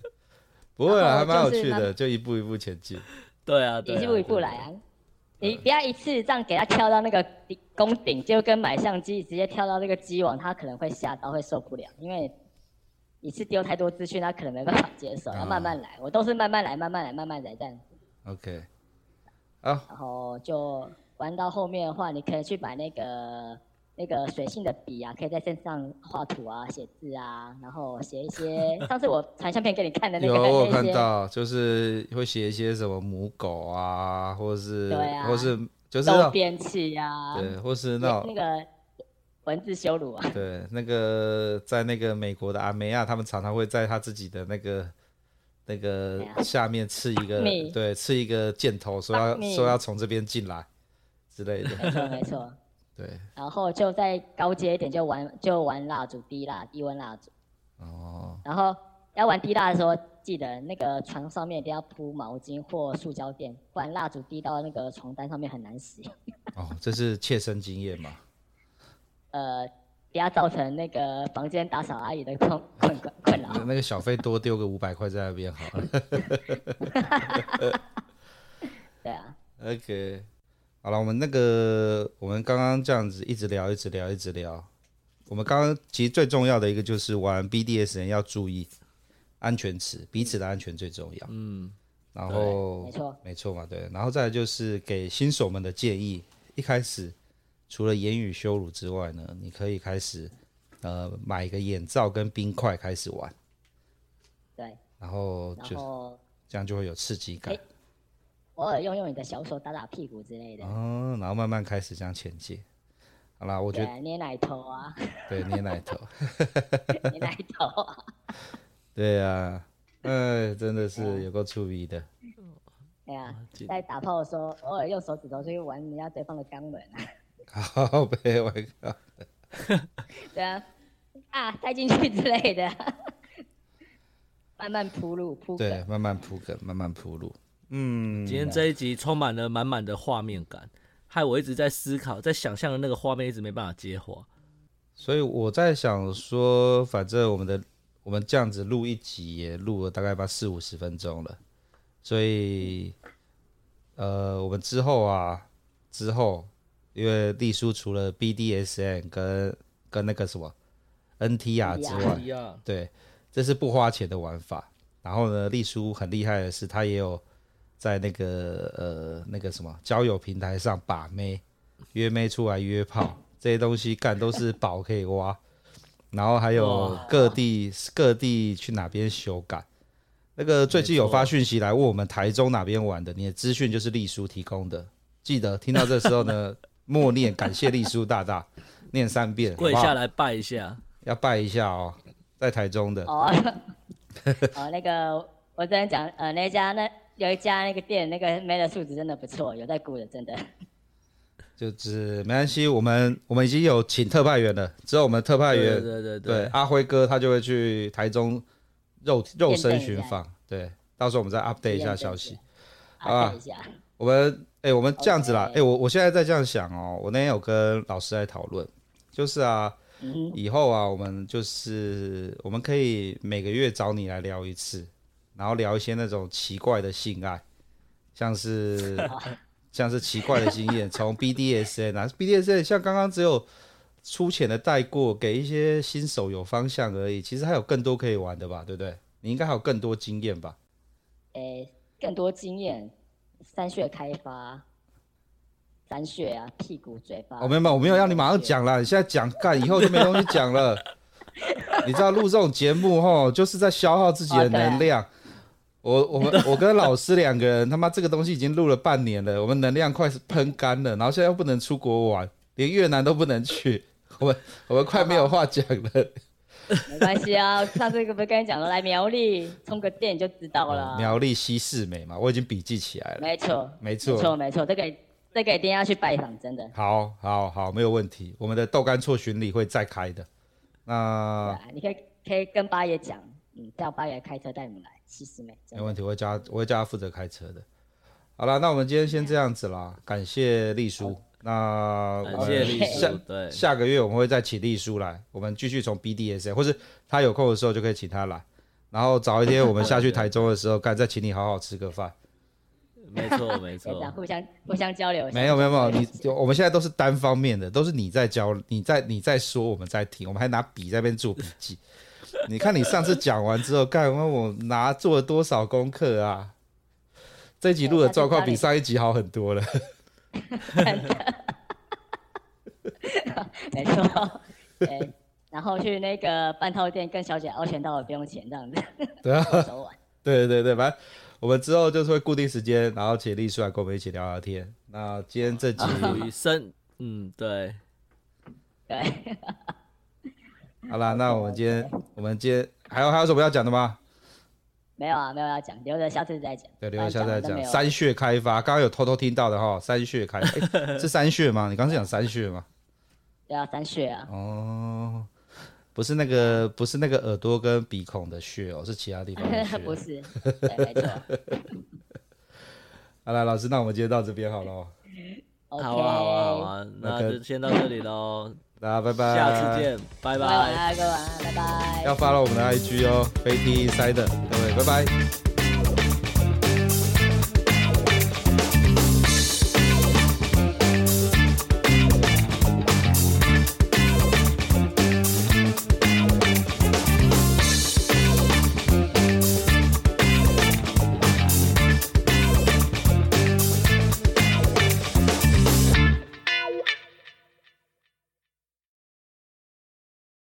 [SPEAKER 1] 不会啊，还
[SPEAKER 3] 然后
[SPEAKER 1] 蛮有
[SPEAKER 3] 就是
[SPEAKER 1] 趣
[SPEAKER 3] 那
[SPEAKER 1] 的，就一步一步前进。
[SPEAKER 4] 对啊，对
[SPEAKER 3] 一
[SPEAKER 4] 啊
[SPEAKER 3] 步一步来。啊！你
[SPEAKER 1] 啊
[SPEAKER 3] 不要一次这样给他跳到那个顶宫顶，就跟买相机直接跳到那个机网，他可能会吓到，会受不了，因为一次丢太多资讯，他可能没办法接受，
[SPEAKER 1] 啊
[SPEAKER 3] 要慢慢来。我都是慢慢来，慢慢来，慢慢来这样子，
[SPEAKER 1] OK，好，
[SPEAKER 3] 然后就玩到后面的话，你可以去买那个那个水性的笔啊，可以在身上画图啊、写字啊，然后写一些上次我传相片给你看的那
[SPEAKER 1] 有
[SPEAKER 3] 个
[SPEAKER 1] 哦我有
[SPEAKER 3] 那
[SPEAKER 1] 看
[SPEAKER 3] 些。
[SPEAKER 1] 到，就是会写一些什么母狗啊，或是、
[SPEAKER 3] 对啊
[SPEAKER 1] 或是就是那
[SPEAKER 3] 周
[SPEAKER 1] 种
[SPEAKER 3] 边器啊，
[SPEAKER 1] 哦对，哦或是那
[SPEAKER 3] 那那
[SPEAKER 1] 种
[SPEAKER 3] 个文字羞辱啊，
[SPEAKER 1] 对那个在那个美国的阿梅亚，他们常常会在他自己的那个。那个
[SPEAKER 3] 哎呀
[SPEAKER 1] 下面刺一个
[SPEAKER 3] me，
[SPEAKER 1] 对，刺一个箭头，说要
[SPEAKER 3] Fuck me
[SPEAKER 1] 说要从这边进来之类的，
[SPEAKER 3] 没错没错。
[SPEAKER 1] 对，
[SPEAKER 3] 然后就再高阶一点，就玩就玩蜡烛低蜡低温蜡烛。
[SPEAKER 1] 哦，
[SPEAKER 3] 然后要玩低蜡的时候，记得那个床上面一定要铺毛巾或塑胶垫，不然蜡烛滴到那个床单上面很难洗。
[SPEAKER 1] 哦，这是切身经验
[SPEAKER 3] *laughs*
[SPEAKER 1] 嘛？
[SPEAKER 3] 呃，不要造成那个房间打扫阿姨的困困困困扰。
[SPEAKER 1] 那个小费多丢个五百块在那边好了。
[SPEAKER 3] 对啊，
[SPEAKER 1] OK，好了，我们那个我们刚刚这样子一直聊，一直聊，一直聊。我们刚刚其实最重要的一个就是玩 BDSN 要注意安全词，彼此的安全最重要。
[SPEAKER 4] 嗯，
[SPEAKER 1] 然后
[SPEAKER 3] 没错，
[SPEAKER 1] 没错嘛，对。然后再来就是给新手们的建议，一开始除了言语羞辱之外呢，你可以开始呃买一个眼罩跟冰块开始玩，
[SPEAKER 3] 对。
[SPEAKER 1] 然后
[SPEAKER 3] 然
[SPEAKER 1] 就
[SPEAKER 3] 后
[SPEAKER 1] 这样就会有刺激感
[SPEAKER 3] 哎。偶尔用用你的小手打打屁股之类的，
[SPEAKER 1] *laughs* 嗯，然后慢慢开始这样前进。好啦，我觉
[SPEAKER 3] 对
[SPEAKER 1] 得
[SPEAKER 3] 啊，捏奶头啊，
[SPEAKER 1] 对，捏奶头， *laughs*
[SPEAKER 3] 捏奶头啊，
[SPEAKER 1] 对啊，哎，真的是有够出名的。 *laughs*
[SPEAKER 3] 对啊
[SPEAKER 4] 记，得
[SPEAKER 3] 在打炮的时候，偶尔用手指头去玩人家对方的肛门啊。
[SPEAKER 1] 好呗，我靠，
[SPEAKER 3] 对啊，啊，塞进去之类的， *laughs* 慢慢铺路铺
[SPEAKER 1] 对，
[SPEAKER 3] 梗。
[SPEAKER 1] 慢慢铺梗，慢慢铺路。嗯，
[SPEAKER 4] 今天这一集充满了满满的画面感，害我一直在思考，在想象的那个画面一直没办法接话。
[SPEAKER 1] 所以我在想说，反正我们的我们这样子录一集也录了大概吧四五十分钟了，所以呃，我们之后啊，之后因为丽叔除了 BDSN 跟跟那个什么 NTR 之外
[SPEAKER 4] 一，样，
[SPEAKER 1] 对，这是不花钱的玩法。然后呢，丽叔很厉害的是，他也有在那个呃那个什么交友平台上把妹、约妹出来约炮这些东西，干都是宝可以挖。然后还有
[SPEAKER 4] 哇
[SPEAKER 1] 各地各地去哪边修改。那个最近有发讯息来问我们台中哪边玩的，你的资讯就是丽叔提供的。记得听到这时候呢，默念感谢丽叔大大，念三遍，
[SPEAKER 4] 跪
[SPEAKER 1] 好不
[SPEAKER 4] 下
[SPEAKER 1] 好
[SPEAKER 4] 来拜一下。
[SPEAKER 1] 要拜一下哦，在台中的。
[SPEAKER 3] 哦， *laughs* 哦，那个我之前讲，呃，那家那有一家那个店，那个妹的素质真的不错，有在顾的，真的。
[SPEAKER 1] 就是没关系，我们我们已经有请特派员了，之后我们特派员
[SPEAKER 4] 对对对
[SPEAKER 1] 对阿辉哥他就会去台中肉肉身
[SPEAKER 3] 验证一
[SPEAKER 1] 寻
[SPEAKER 3] 下
[SPEAKER 1] 访，对，到时候我们再 update 一
[SPEAKER 3] 验证
[SPEAKER 1] 下
[SPEAKER 3] 一
[SPEAKER 1] 消
[SPEAKER 3] 下
[SPEAKER 1] 息。啊
[SPEAKER 3] 啊，看一下，
[SPEAKER 1] 我们哎、我们这样子啦，哎、
[SPEAKER 3] OK
[SPEAKER 1] 我我现在在这样想哦，我那天有跟老师在讨论，就是啊，
[SPEAKER 3] 嗯，
[SPEAKER 1] 以后啊，我们就是我们可以每个月找你来聊一次，然后聊一些那种奇怪的性爱，像
[SPEAKER 3] *laughs*
[SPEAKER 1] 是像是奇怪的经验，从 BDSN 啊，BDSN 像刚刚只有粗浅的带过，给一些新手有方向而已，其实还有更多可以玩的吧，对不对？你应该还有更多经验吧？
[SPEAKER 3] 诶、更多经验，三穴开发，三穴啊，屁股、嘴巴。
[SPEAKER 1] 哦哦，没有没有，我没有让你马上，讲啦，你现在讲干，以后就没东西讲了。 *laughs* 你知道录这种节目吼，就是在消耗自己
[SPEAKER 3] 哦
[SPEAKER 1] 的能量。我我
[SPEAKER 3] *laughs*
[SPEAKER 1] 们我跟老师两个人，他妈这个东西已经录了半年了，我们能量快是喷干了，然后现在又不能出国玩，连越南都不能去，我们我们快没有话讲
[SPEAKER 3] *laughs*
[SPEAKER 1] 了。
[SPEAKER 3] 没关系啊，上次不是跟你讲了，来苗栗充个电就知道了啊。
[SPEAKER 1] *laughs* 嗯苗栗西四美嘛，我已经笔记起来了。
[SPEAKER 3] 没错，
[SPEAKER 1] 没
[SPEAKER 3] 没错，
[SPEAKER 1] 错，
[SPEAKER 3] 没错，这个这个一定要去拜访，真的。
[SPEAKER 1] 好，好，好，没有问题。我们的豆干错巡礼会再开的。那
[SPEAKER 3] 对啊，你可以可以跟八爷讲，嗯，叫八爷开车带你们来，其实没，
[SPEAKER 1] 没
[SPEAKER 3] 真的
[SPEAKER 1] 问题，我会叫他，我会叫他负责开车的。好了，那我们今天先这样子啦，感谢丽叔。那我
[SPEAKER 4] 感
[SPEAKER 1] 们
[SPEAKER 4] 谢丽
[SPEAKER 1] *laughs* 下
[SPEAKER 4] 叔，对，
[SPEAKER 1] 下个月我们会再请丽叔来，我们继续从 BDSA，或是他有空的时候就可以请他来。然后找一天我们下去台中的时候，干再请你好好吃个饭。
[SPEAKER 4] 没错没
[SPEAKER 3] 对这样
[SPEAKER 4] 错，
[SPEAKER 3] 互相互相交流一
[SPEAKER 1] 哦
[SPEAKER 3] 下。
[SPEAKER 1] 没有没有没有，
[SPEAKER 3] *laughs*
[SPEAKER 1] 你
[SPEAKER 3] 对
[SPEAKER 1] 就我们现在都是单方面的，都是你在教，你在你在说，我们在听，我们还拿笔在那边做笔记。你看你上次讲完之后，干嘛我拿做了多少功课啊？这一集录的状况比上一集好很多了。
[SPEAKER 3] 没错，对，然后去那个半套店跟小姐凹拳道也不用钱这样子，
[SPEAKER 1] 对啊，
[SPEAKER 3] 手腕。
[SPEAKER 1] 对对对，反正我们之后就是会固定时间，然后请丽叔来跟我们一起聊聊天。那今天这集
[SPEAKER 4] 属于生，嗯，对，
[SPEAKER 3] 对， *laughs*
[SPEAKER 1] 好啦，那我们今天我们今天还有还有什么要讲的吗？
[SPEAKER 3] 没有啊，没有要讲，留着下次啊再讲。
[SPEAKER 1] 对，留一下再讲。
[SPEAKER 3] 三
[SPEAKER 1] 三穴开发，刚刚有偷偷听到的哈，三穴开
[SPEAKER 3] *laughs*
[SPEAKER 1] 发、诶是三穴吗？你刚刚是讲三穴吗？
[SPEAKER 3] 对啊，三穴啊，
[SPEAKER 1] 哦，不是那个，不是那个耳朵跟鼻孔的穴哦，是其他地
[SPEAKER 3] *laughs*
[SPEAKER 1] 方的
[SPEAKER 3] 不
[SPEAKER 1] 穴。 *laughs*
[SPEAKER 3] 是，对，没错。
[SPEAKER 1] 好了，老师，那我们今天到这边好了哦，
[SPEAKER 3] OK，
[SPEAKER 4] 好啊好啊好，啊，那
[SPEAKER 1] 那个
[SPEAKER 4] 就先到这里喽，
[SPEAKER 1] 大家拜拜，
[SPEAKER 4] 下次，见，拜
[SPEAKER 3] 各位
[SPEAKER 4] 拜
[SPEAKER 3] 晚。安，各位晚安，拜拜。
[SPEAKER 1] 要发了我们的 IG 哦，飞踢塞的，各位拜拜。